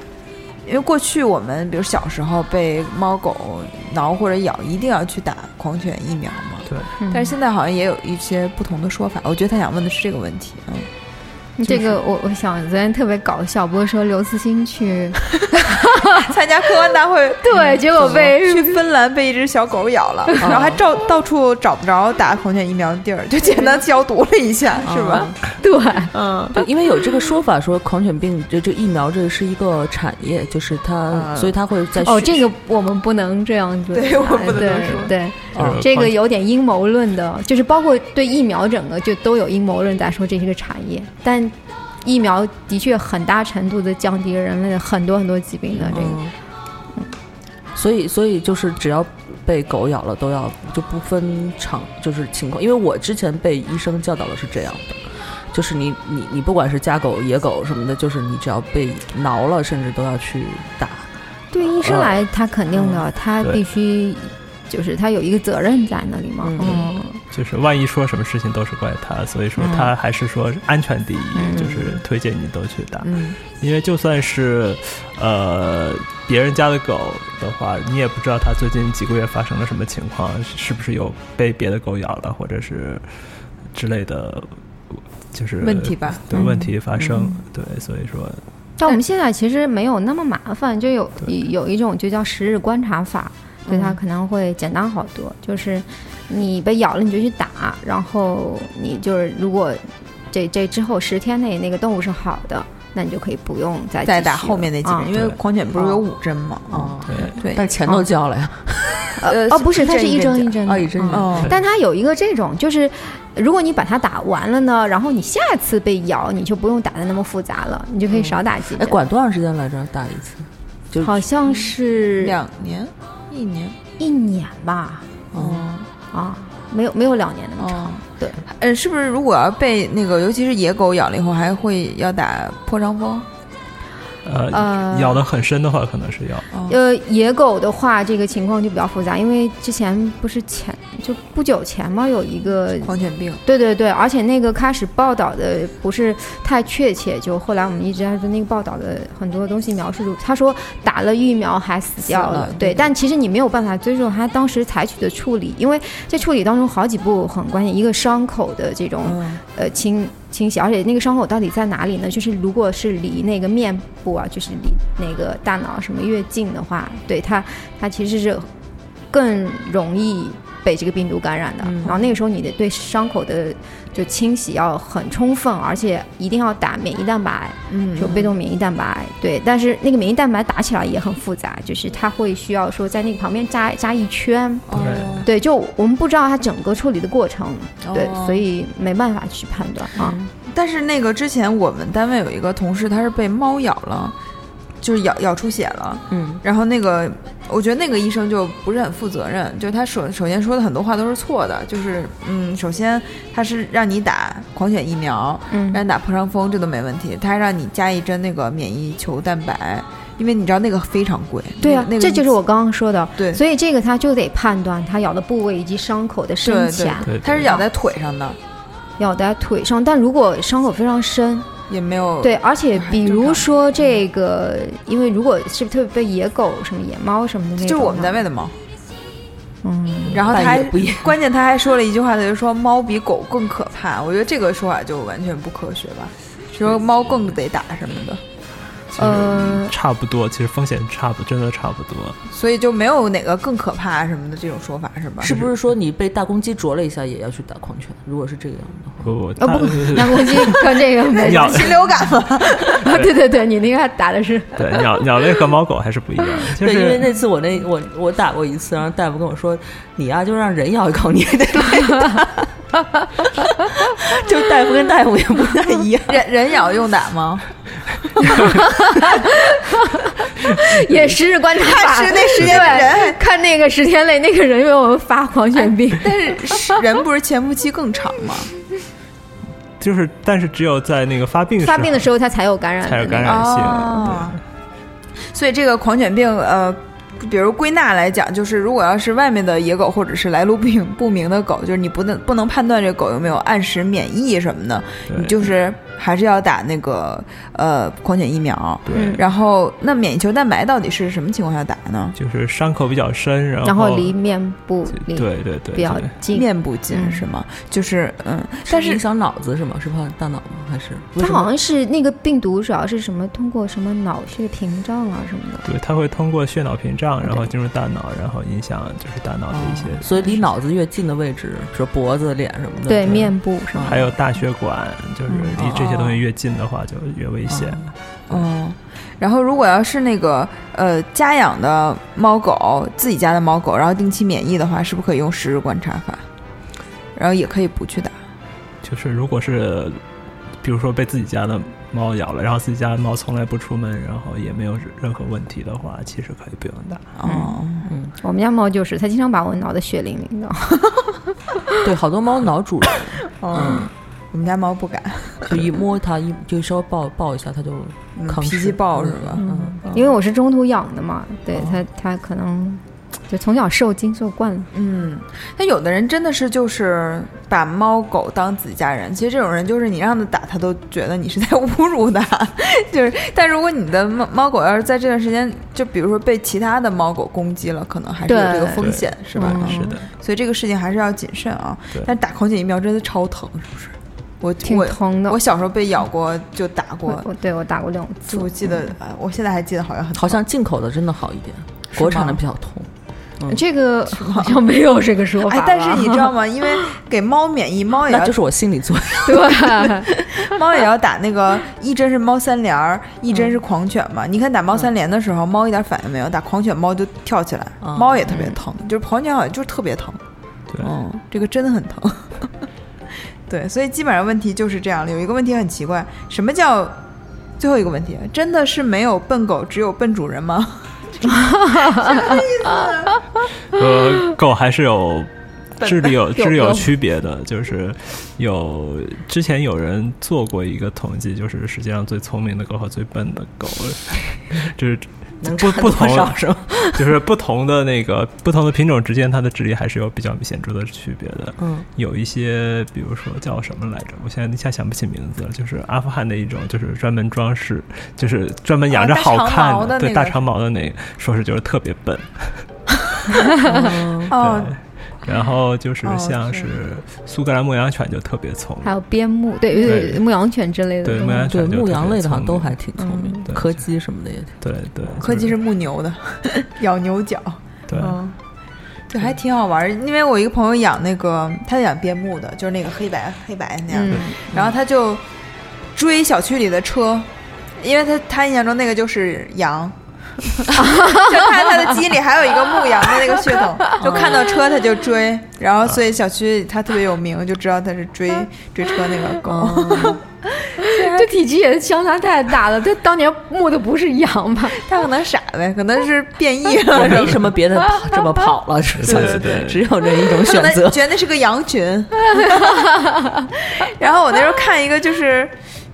Speaker 2: 因为过去我们比如小时候被猫狗挠或者咬，一定要去打狂犬疫苗嘛。
Speaker 5: 嗯
Speaker 2: 但是现在好像也有一些不同的说法。我觉得他想问的是这个问题。嗯，
Speaker 5: 这个我我想昨天特别搞笑，不是说刘慈欣去，
Speaker 2: 参加科幻大 会
Speaker 5: 对，结果被
Speaker 2: 去芬兰被一只小狗咬了，
Speaker 4: 啊
Speaker 2: 然后还照到处找不着打狂犬疫苗的地儿，就简单消毒了一下，
Speaker 4: 啊
Speaker 2: 是吧？
Speaker 5: 对，
Speaker 2: 嗯，
Speaker 3: 对，因为有这个说法，说狂犬病这这疫苗这是一个产业，就是它，
Speaker 2: 嗯
Speaker 3: 所以它会在
Speaker 5: 哦，
Speaker 3: 宣
Speaker 5: 这个我们不能这样子来，哎
Speaker 2: 对我们不能
Speaker 5: 对
Speaker 2: 这么说
Speaker 5: 对，
Speaker 4: 就是
Speaker 5: 嗯这个
Speaker 4: 狂
Speaker 5: 有点阴谋论的，就是包括对疫苗整个就都有阴谋论在说这是个产业，但疫苗的确很大程度的降低了人类的很多很多疾病的这个。
Speaker 3: 嗯所以，所以就是只要被狗咬了，都要就不分场，就是情况。因为我之前被医生教导的是这样的，就是你你你不管是家狗、野狗什么的，就是你只要被挠了，甚至都要去打。
Speaker 5: 对医生来，他肯定的，他
Speaker 4: 对
Speaker 5: 必须就是他有一个责任在那里嘛，
Speaker 3: 嗯
Speaker 5: 嗯，
Speaker 4: 就是万一说什么事情都是怪他，所以说
Speaker 3: 嗯
Speaker 4: 他还是说安全第一，
Speaker 3: 嗯
Speaker 4: 就是推荐你都去打，
Speaker 3: 嗯，
Speaker 4: 因为就算是呃别人家的狗的话，你也不知道它最近几个月发生了什么情况，是不是有被别的狗咬了，或者是之类的，就是
Speaker 2: 问题吧。
Speaker 4: 对
Speaker 3: 嗯
Speaker 4: 问题发生，对，所以说
Speaker 5: 但我们现在其实没有那么麻烦，就有有一种就叫十日观察法，对
Speaker 2: 嗯
Speaker 5: 它可能会简单好多。就是你被咬了你就去打，然后你就是如果这这之后十天内那个动物是好的，那你就可以不用再
Speaker 2: 再
Speaker 5: 继续
Speaker 2: 打后面那几
Speaker 5: 了
Speaker 2: 啊
Speaker 5: 啊
Speaker 2: 针，因为
Speaker 4: 对
Speaker 2: 狂犬不是有五针嘛？
Speaker 3: 哦，
Speaker 4: 对。
Speaker 2: 对，
Speaker 3: 但钱都交了呀，
Speaker 5: 啊
Speaker 2: 呃
Speaker 5: 哦不是，
Speaker 2: 一
Speaker 5: 它
Speaker 2: 针
Speaker 5: 是
Speaker 2: 一
Speaker 5: 一
Speaker 2: 针
Speaker 5: 针一
Speaker 2: 讲
Speaker 5: 针
Speaker 3: 啊，
Speaker 5: 的
Speaker 3: 一针。
Speaker 2: 哦
Speaker 5: 但它有一个这种，就是如果你把它打完了呢，然后你下次被咬，你就不用打的那么复杂了，你就可以少打几
Speaker 3: 哎，
Speaker 5: 针。
Speaker 3: 管多长时间来着？打一次？就
Speaker 5: 好像是
Speaker 2: 两年、一年，
Speaker 5: 一年吧，
Speaker 2: 哦
Speaker 5: 啊，没有没有两年那么长。
Speaker 2: 哦，
Speaker 5: 对，
Speaker 2: 呃，是不是如果要被那个，尤其是野狗咬了以后，还会要打破伤风？
Speaker 4: 呃
Speaker 3: 嗯哎
Speaker 5: 呃，
Speaker 4: 咬得很深的话，可能是要
Speaker 2: 哦
Speaker 5: 呃，野狗的话，这个情况就比较复杂，因为之前不是前就不久前嘛，有一个
Speaker 2: 狂犬病，
Speaker 5: 对对对，而且那个开始报道的不是太确切，就后来我们一直在说那个报道的很多东西描述，他说打了疫苗还死掉
Speaker 2: 死了
Speaker 5: 对，但其实你没有办法追究他当时采取的处理，因为这处理当中好几步很关键，一个伤口的这种、
Speaker 2: 嗯
Speaker 5: 呃清清洗，而且那个伤口到底在哪里呢？就是如果是离那个面部啊，就是离那个大脑什么越近的话，对它它其实是更容易被这个病毒感染的。
Speaker 3: 嗯
Speaker 5: 然后那个时候你得对伤口的就清洗要很充分，而且一定要打免疫蛋白，
Speaker 2: 嗯
Speaker 5: 就被动免疫蛋白。对，但是那个免疫蛋白打起来也很复杂，就是它会需要说在那个旁边扎扎一圈。
Speaker 4: 对
Speaker 2: 哦
Speaker 5: 对，就我们不知道它整个处理的过程，对，
Speaker 2: 哦
Speaker 5: 所以没办法去判断啊。
Speaker 2: 但是那个之前我们单位有一个同事，他是被猫咬了，就是咬咬出血了。
Speaker 3: 嗯，
Speaker 2: 然后那个，我觉得那个医生就不是很负责任，就他首首先说的很多话都是错的，就是嗯，首先他是让你打狂犬疫苗，
Speaker 5: 嗯
Speaker 2: 让你打破伤风这都没问题，他还让你加一针那个免疫球蛋白，因为你知道那个非常贵，
Speaker 5: 对啊
Speaker 2: 那，个、那个
Speaker 5: 这就是我刚刚说的。
Speaker 2: 对
Speaker 5: 所以这个他就得判断他咬的部位以及伤口的深
Speaker 2: 对
Speaker 5: 浅，
Speaker 4: 对对
Speaker 2: 他是咬在腿上的，
Speaker 5: 咬在腿上。但如果伤口非常深，
Speaker 2: 也没有
Speaker 5: 对，而且比
Speaker 2: 哦哎正
Speaker 5: 如
Speaker 2: 常
Speaker 5: 说这个，因为如果是特别被野狗、什么野猫什么的那种，
Speaker 2: 就是我们单位，的猫。
Speaker 5: 嗯，
Speaker 2: 然后他
Speaker 3: 但
Speaker 2: 还
Speaker 3: 也不一样
Speaker 2: 关键他还说了一句话，他就说猫比狗更可怕。我觉得这个说法就完全不科学吧，说猫更得打什么的，
Speaker 4: 其
Speaker 5: 呃
Speaker 4: 实差不多，其实风险差不真的差不多。
Speaker 2: 所以就没有哪个更可怕什么的这种说法是吧？
Speaker 3: 是不是说你被大公鸡啄了一下也要去打狂犬？如果是这个样的话，
Speaker 4: 不，
Speaker 2: 啊
Speaker 5: 呃
Speaker 4: 它
Speaker 5: 不，南宫鸡跟这个没，
Speaker 4: 咬
Speaker 2: 禽流感吗？
Speaker 5: 对对对，你那个打的是
Speaker 4: 对鸟鸟类和猫狗还是不一样，就
Speaker 3: 对，因为
Speaker 4: 是
Speaker 3: 那次我那我我打过一次，然后大夫跟我说，你呀、就让人咬一口，你也得来一打。 就是大夫跟大夫也不太一样，
Speaker 2: 人人咬用打吗？哎
Speaker 5: 也时日观察法，
Speaker 2: 是那十天的人哎
Speaker 5: 对看那个十天内那个人有没有发狂犬病，
Speaker 2: 但是人不是潜伏期更长吗？
Speaker 4: 就是，但是只有在那个发病
Speaker 5: 发病的时候他才有感染
Speaker 4: 才
Speaker 5: 的
Speaker 4: 有
Speaker 5: 那个
Speaker 4: 感染性。
Speaker 2: 哦，所以这个狂犬病，呃，比如归纳来讲，就是如果要是外面的野狗或者是来路不明不明的狗，就是你不能不能判断这狗有没有按时免疫什么的，
Speaker 4: 对
Speaker 2: 你就是还是要打那个呃狂犬疫苗。
Speaker 4: 对
Speaker 5: 嗯
Speaker 4: 对，
Speaker 2: 然后，那免疫球蛋白到底是什么情况下打呢？
Speaker 4: 就是伤口比较深，然后
Speaker 5: 然后离面部离
Speaker 4: 对对对对
Speaker 5: 比较
Speaker 4: 对
Speaker 5: 近。
Speaker 2: 面部近
Speaker 5: 嗯
Speaker 2: 是吗？就是嗯， 但
Speaker 3: 影
Speaker 2: 是
Speaker 3: 响脑子是吗？是怕大脑吗？还是为
Speaker 5: 它
Speaker 3: 什么
Speaker 5: 好像是那个病毒，主要是什么通过什么脑血屏障啊什么的。
Speaker 4: 对，它会通过血脑屏障，然后进入大脑，然后影响就是大脑的一些，
Speaker 3: 啊所以离脑子越近的位置，比如脖子、脸什么的，
Speaker 5: 对，面部什么
Speaker 4: 还有大血管，就是
Speaker 5: 嗯
Speaker 4: 离这
Speaker 5: 哦
Speaker 4: 些东西越近的话就越
Speaker 3: 啊
Speaker 4: 危险。
Speaker 2: 嗯，然后如果要是那个呃家养的猫狗，自己家的猫狗，然后定期免疫的话，是不是可以用十日观察法？然后也可以不去打。
Speaker 4: 就是如果是比如说被自己家的猫咬了，然后自己家的猫从来不出门，然后也没有任何问题的话，其实可以不用打。
Speaker 2: 哦，
Speaker 5: 我们家猫就是，它经常把我挠得血淋淋的。
Speaker 3: 对，好多猫挠主人，
Speaker 2: 嗯，我们家猫不敢，
Speaker 3: 就一摸它，一就稍微抱抱一下，它就
Speaker 2: 嗯
Speaker 3: 抗
Speaker 2: 脾
Speaker 3: 拒
Speaker 2: 气暴是吧？
Speaker 3: 嗯，
Speaker 5: 因为我是中途养的嘛，对它它可能就从小受惊受惯了。
Speaker 2: 嗯，那有的人真的是就是把猫狗当自己家人，其实这种人就是你让他打，他都觉得你是在侮辱他。 就是，但如果你的猫猫狗要是在这段时间，就比如说被其他的猫狗攻击了，可能还是有这个
Speaker 5: 对
Speaker 2: 风险，是吧？
Speaker 5: 嗯
Speaker 4: 是的，
Speaker 2: 所以这个事情还是要谨慎啊
Speaker 4: 对。
Speaker 2: 但打狂犬疫苗真的超疼，是不是？我
Speaker 5: 挺疼的
Speaker 2: 我。我小时候被咬过，就打过
Speaker 5: 我，我对我打过两次
Speaker 2: 就，我记得，啊我现在还记得好像很
Speaker 3: 好像进口的真的好一点，
Speaker 2: 是
Speaker 3: 国产的
Speaker 2: 吗
Speaker 3: 比较痛。
Speaker 4: 嗯
Speaker 5: 这个好像没有这个说法
Speaker 2: 哎
Speaker 5: 吧。，
Speaker 2: 但是你知道吗？因为给猫免疫，猫也
Speaker 3: 那
Speaker 2: 要
Speaker 3: 就是我心理作用。
Speaker 5: 对，
Speaker 2: 猫也要打那 个一针是猫三联儿，一针是狂犬
Speaker 4: 嗯
Speaker 2: 嘛。你看打猫三联的时候，猫一点反应没有，打狂犬猫就跳起来，
Speaker 3: 嗯
Speaker 2: 猫也特别疼，就是狂犬好像就是特别疼。
Speaker 4: 对，
Speaker 2: 嗯，这个真的很疼。 对，所以基本上问题就是这样了。有一个问题很奇怪，什么叫最后一个问题？真的是没有笨狗，只有笨主人吗？
Speaker 4: 呃，狗还是有智力有智力有区别的，就是有之前有人做过一个统计，就是世界上最聪明的狗和最笨的狗，就是
Speaker 3: 能
Speaker 4: 不
Speaker 3: 差多
Speaker 4: 不同
Speaker 3: 少是吗？
Speaker 4: 就是不同的那个不同的品种之间，它的智力还是有比较显著的区别的。
Speaker 3: 嗯，
Speaker 4: 有一些，比如说叫什么来着，我现在一下想不起名字了，就是阿富汗的一种，就是专门装饰，就是专门养着
Speaker 2: 啊大长
Speaker 4: 好看
Speaker 2: 毛的
Speaker 4: 对
Speaker 2: 那
Speaker 4: 大
Speaker 2: 个
Speaker 4: 长毛的那个，说是就是特别笨，
Speaker 2: 哦，
Speaker 4: 对，然后就是
Speaker 2: 哦
Speaker 4: 像
Speaker 2: 是
Speaker 4: 是苏格兰牧羊犬就特别聪
Speaker 5: 还
Speaker 4: 明，
Speaker 5: 有边牧，对
Speaker 4: 对
Speaker 5: 牧羊犬之类的
Speaker 4: 对
Speaker 5: 动物
Speaker 4: 牧
Speaker 3: 对，
Speaker 4: 羊犬就
Speaker 3: 牧
Speaker 4: 特
Speaker 3: 羊
Speaker 4: 别
Speaker 3: 类的好像
Speaker 4: 聪
Speaker 3: 都
Speaker 4: 明
Speaker 3: 还挺聪
Speaker 2: 嗯
Speaker 3: 明，
Speaker 4: 对
Speaker 3: 柯基什么的也挺。
Speaker 4: 对对，
Speaker 2: 柯基
Speaker 4: 就是
Speaker 2: 牧牛的， 咬牛角。
Speaker 4: 对，
Speaker 2: 嗯，对，还挺好玩儿。因为我一个朋友养那个，他养边牧的，就是那个黑白黑白那样的，
Speaker 5: 嗯，
Speaker 2: 然后他就追小区里的车，因为他他印象中那个就是羊。 就看他的基因里还有一个牧羊的那个血统，就看到车他就追，然后所以小区里他特别有名，就知道他是追追车那个狗。
Speaker 5: 这体积也相差太大了。这当年牧的不是羊吧？
Speaker 2: 他可能傻呗，可能是变异了，
Speaker 3: 我没什么 别的跑这么跑了，是吧
Speaker 4: 对对对
Speaker 3: 只有这一种
Speaker 2: 可
Speaker 3: 选
Speaker 2: 能
Speaker 3: 择。
Speaker 2: 觉得 那是个羊群。然后我那时候看一个就是。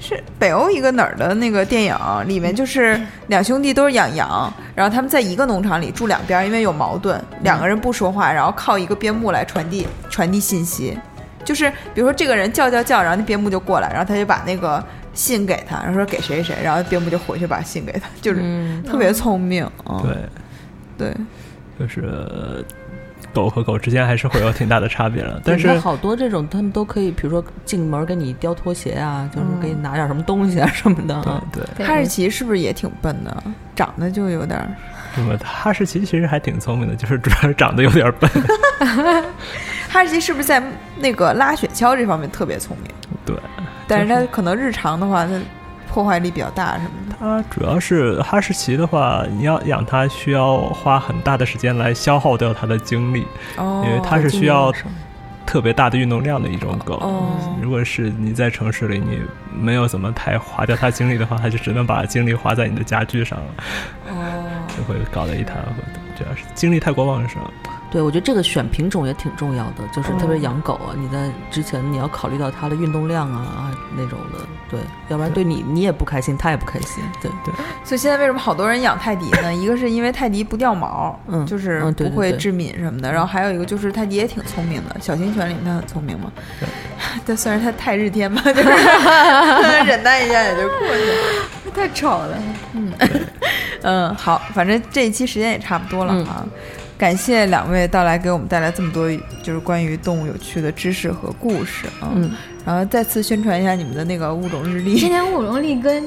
Speaker 2: 是北欧一个哪儿的那个电影，里面就是两兄弟都是养羊，然后他们在一个农场里住两边，因为有矛盾，两个人不说话，然后靠一个边牧来传递传递信息，就是比如说这个人叫叫叫，然后那边牧就过来，然后他就把那个信给他，然后说给谁谁，然后边牧就回去把信给他，就是
Speaker 3: 嗯
Speaker 2: 特别聪明，嗯，
Speaker 4: 对，
Speaker 2: 对，
Speaker 4: 就是狗和狗之间还是会有挺大的差别的，但
Speaker 3: 对它
Speaker 4: 是
Speaker 3: 好多这种他们都可以，比如说进门给你叼拖鞋啊，就
Speaker 2: 嗯
Speaker 3: 是给你拿点什么东西啊 什么的
Speaker 4: 对
Speaker 3: 啊。
Speaker 4: 对，
Speaker 5: 对
Speaker 2: 哈士奇是不是也挺笨的？长得就有点儿
Speaker 4: 那么哈士奇其实还挺聪明的，就是主要是长得有点 笨，
Speaker 2: 哈士奇是不是在那个拉雪橇这方面特别聪明？
Speaker 4: 对。
Speaker 2: 但是它可能日常的话，它破坏力比较大什么的。
Speaker 4: 它主要是哈士奇的话，你要养它需要花很大的时间来消耗掉它的精力，
Speaker 2: 哦，
Speaker 4: 因为它是需要特别大的运动量的一种狗。
Speaker 2: 哦
Speaker 4: 如果是你在城市里，你没有怎么太花掉它精力的话，它就只能把精力花在你的家具上了，
Speaker 2: 哦，
Speaker 4: 就会搞得一塌糊涂。主要是精力太过旺盛，
Speaker 3: 对，我觉得这个选品种也挺重要的，
Speaker 2: 嗯
Speaker 3: 就是特别养狗啊，你在之前你要考虑到它的运动量啊啊那种的，对，要不然对你你也不开心，它也不开心，对
Speaker 2: 所以现在为什么好多人养泰迪呢？一个是因为泰迪不掉毛，
Speaker 3: 嗯
Speaker 2: 就是
Speaker 3: 嗯对
Speaker 2: 不
Speaker 3: 对
Speaker 2: 会
Speaker 3: 对
Speaker 2: 致敏什么的。然后还有一个就是泰迪也挺聪明的，小型犬里面它很聪明嘛。 但虽然它太日天吧，就是 忍耐一下也就过去了。
Speaker 5: 太吵了。
Speaker 2: 嗯，好，反正这一期时间也差不多了啊。感谢两位到来，给我们带来这么多就是关于动物有趣的知识和故事啊。
Speaker 3: 嗯
Speaker 2: 然后再次宣传一下你们的那个物种日
Speaker 5: 今
Speaker 2: 历。
Speaker 5: 年乌龙力跟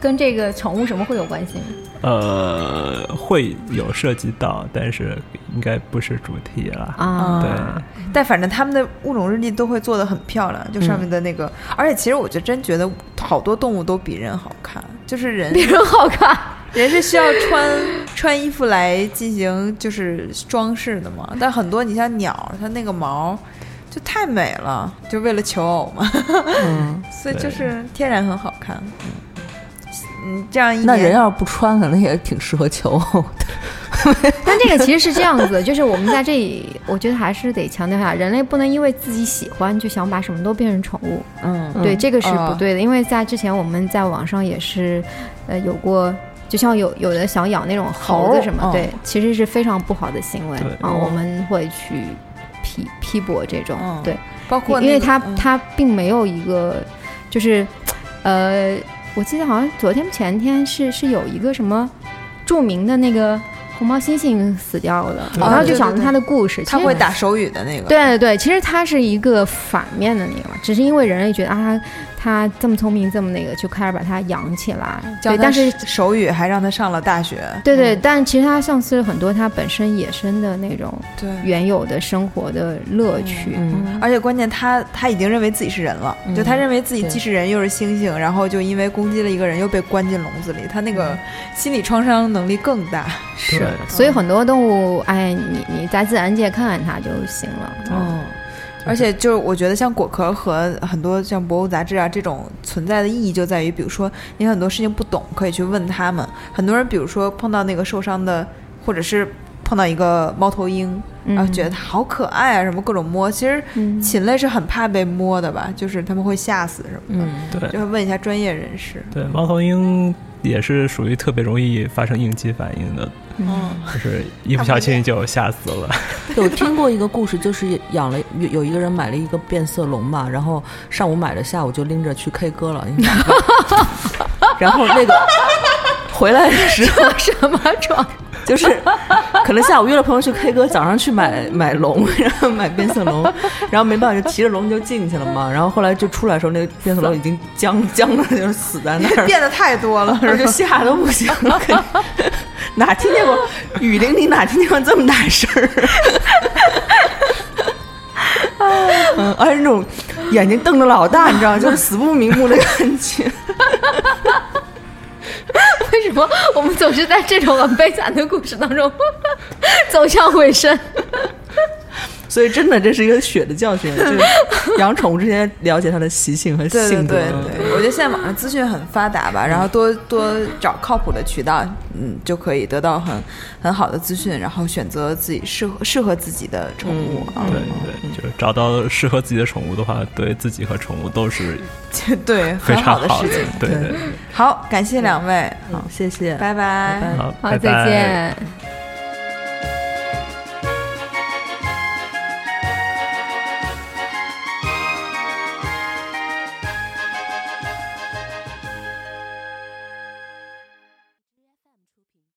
Speaker 5: 跟这个宠物什么会有关系吗？
Speaker 4: 呃，会有涉及到，但是应该不是主题了。
Speaker 5: 啊，
Speaker 4: 对，
Speaker 2: 但反正他们的物种日历都会做的很漂亮，就上面的那个，而且其实我就真觉得好多动物都比人好看，就是人
Speaker 5: 别人好看。
Speaker 2: 人是需要穿 穿衣服来进行就是装饰的嘛，但很多你像鸟，它那个毛就太美了，就为了求偶嘛，所以就是天然很好看。嗯，嗯这样一年
Speaker 3: 那人要是不穿，可能也挺适合求偶的。
Speaker 5: 但这个其实是这样子的，就是我们在这里，我觉得还是得强调一下，人类不能因为自己喜欢就想把什么都变成宠物，
Speaker 2: 嗯
Speaker 5: 对，这个是
Speaker 2: 啊
Speaker 5: 不对的。因为在之前我们在网上也是，呃，有过。就像有有的想养那种猴哦
Speaker 2: 猴
Speaker 5: 子什么
Speaker 2: 嗯，
Speaker 5: 对，其实是非常不好的行为
Speaker 4: 对
Speaker 5: 啊，我们会去批批驳这种
Speaker 2: 嗯，
Speaker 5: 对，
Speaker 2: 包括那
Speaker 5: 因
Speaker 2: 个、
Speaker 5: 为它
Speaker 2: 嗯
Speaker 5: 它并没有一个，就是，呃，我记得好像昨天前天是是有一个什么著名的那个红毛猩猩死掉了，
Speaker 4: 对
Speaker 5: 然后就
Speaker 2: 对
Speaker 5: 讲
Speaker 2: 对对
Speaker 5: 它的故事，
Speaker 2: 它
Speaker 5: 其实
Speaker 2: 会打手语的那个，
Speaker 5: 对对对，其实它是一个反面的那个嘛，只是因为人类觉得啊，它这么聪明，这么那个，就开始把它养起来。
Speaker 2: 嗯教
Speaker 5: 对，
Speaker 2: 它
Speaker 5: 但是
Speaker 2: 手语还让它上了大学，
Speaker 5: 对对，但其实它丧失了很多它本身野生的那种
Speaker 2: 对，
Speaker 5: 原有的生活的乐趣。
Speaker 3: 嗯
Speaker 2: 而且关键他他已经认为自己是人了，
Speaker 3: 嗯
Speaker 2: 就他认为自己
Speaker 3: 对
Speaker 2: 既是人又是猩猩，然后就因为攻击了一个人又被关进笼子里，他那
Speaker 5: 嗯
Speaker 2: 个心理创伤能力更大。
Speaker 4: 对
Speaker 5: 是，所以很多动物，哎，你你在自然界看看它就行了。
Speaker 2: 嗯，而且就是我觉得像果壳和很多像博物杂志啊这种存在的意义就在于，比如说你很多事情不懂，可以去问他们。很多人比如说碰到那个受伤的，或者是碰到一个猫头鹰，
Speaker 5: 嗯
Speaker 2: 然后觉得它好可爱啊，什么各种摸。其实
Speaker 5: 嗯
Speaker 2: 禽类是很怕被摸的吧，就是他们会吓死什么的。
Speaker 3: 嗯，
Speaker 4: 对
Speaker 2: 就会问一下专业人士。
Speaker 4: 对，猫头鹰也是属于特别容易发生应激反应的，
Speaker 2: 嗯，
Speaker 4: 就是一不小心就吓死了。
Speaker 3: 对我听过一个故事，就是养了有有一个人买了一个变色龙嘛，然后上午买了，下午就拎着去 K 歌了，你知道吗然后那个回来的时候
Speaker 5: 什么状？
Speaker 3: 就是可能下午约了朋友去 K 歌，早上去买买龙，然后买变色龙，然后没办法就提着龙就进去了嘛，然后后来就出来的时候，那个变色龙已经僵僵了，就是死在那儿了。
Speaker 2: 变得太 多了，
Speaker 3: 我就吓得不行了，肯定哪听见过雨林里哪听见过这么大声儿？ 嗯，而且那种眼睛瞪着老大，你知道，就是死不瞑目的感觉。
Speaker 5: 为什么我们总是在这种很悲惨的故事当中 走向尾声？
Speaker 3: 所以真的，这是一个血的教训，就是养宠物之前了解它的习性和
Speaker 2: 对对
Speaker 3: 性格。
Speaker 2: 对对，我觉得现在网上资讯很发达吧，然后多多找靠谱的渠道，嗯，就可以得到很很好的资讯，然后选择自己适合适合自己的宠物啊。
Speaker 4: 对对，就是找到适合自己的宠物的话，对自己和宠物都是
Speaker 2: 对，
Speaker 4: 非
Speaker 2: 很
Speaker 4: 常
Speaker 2: 好
Speaker 4: 好
Speaker 2: 的事情。
Speaker 4: 对对，
Speaker 2: 好，感谢两位，
Speaker 3: 好，谢谢，
Speaker 2: 拜拜
Speaker 3: 嗯拜
Speaker 4: 好，
Speaker 5: 好，
Speaker 4: 拜
Speaker 5: 再
Speaker 4: 拜
Speaker 5: 见。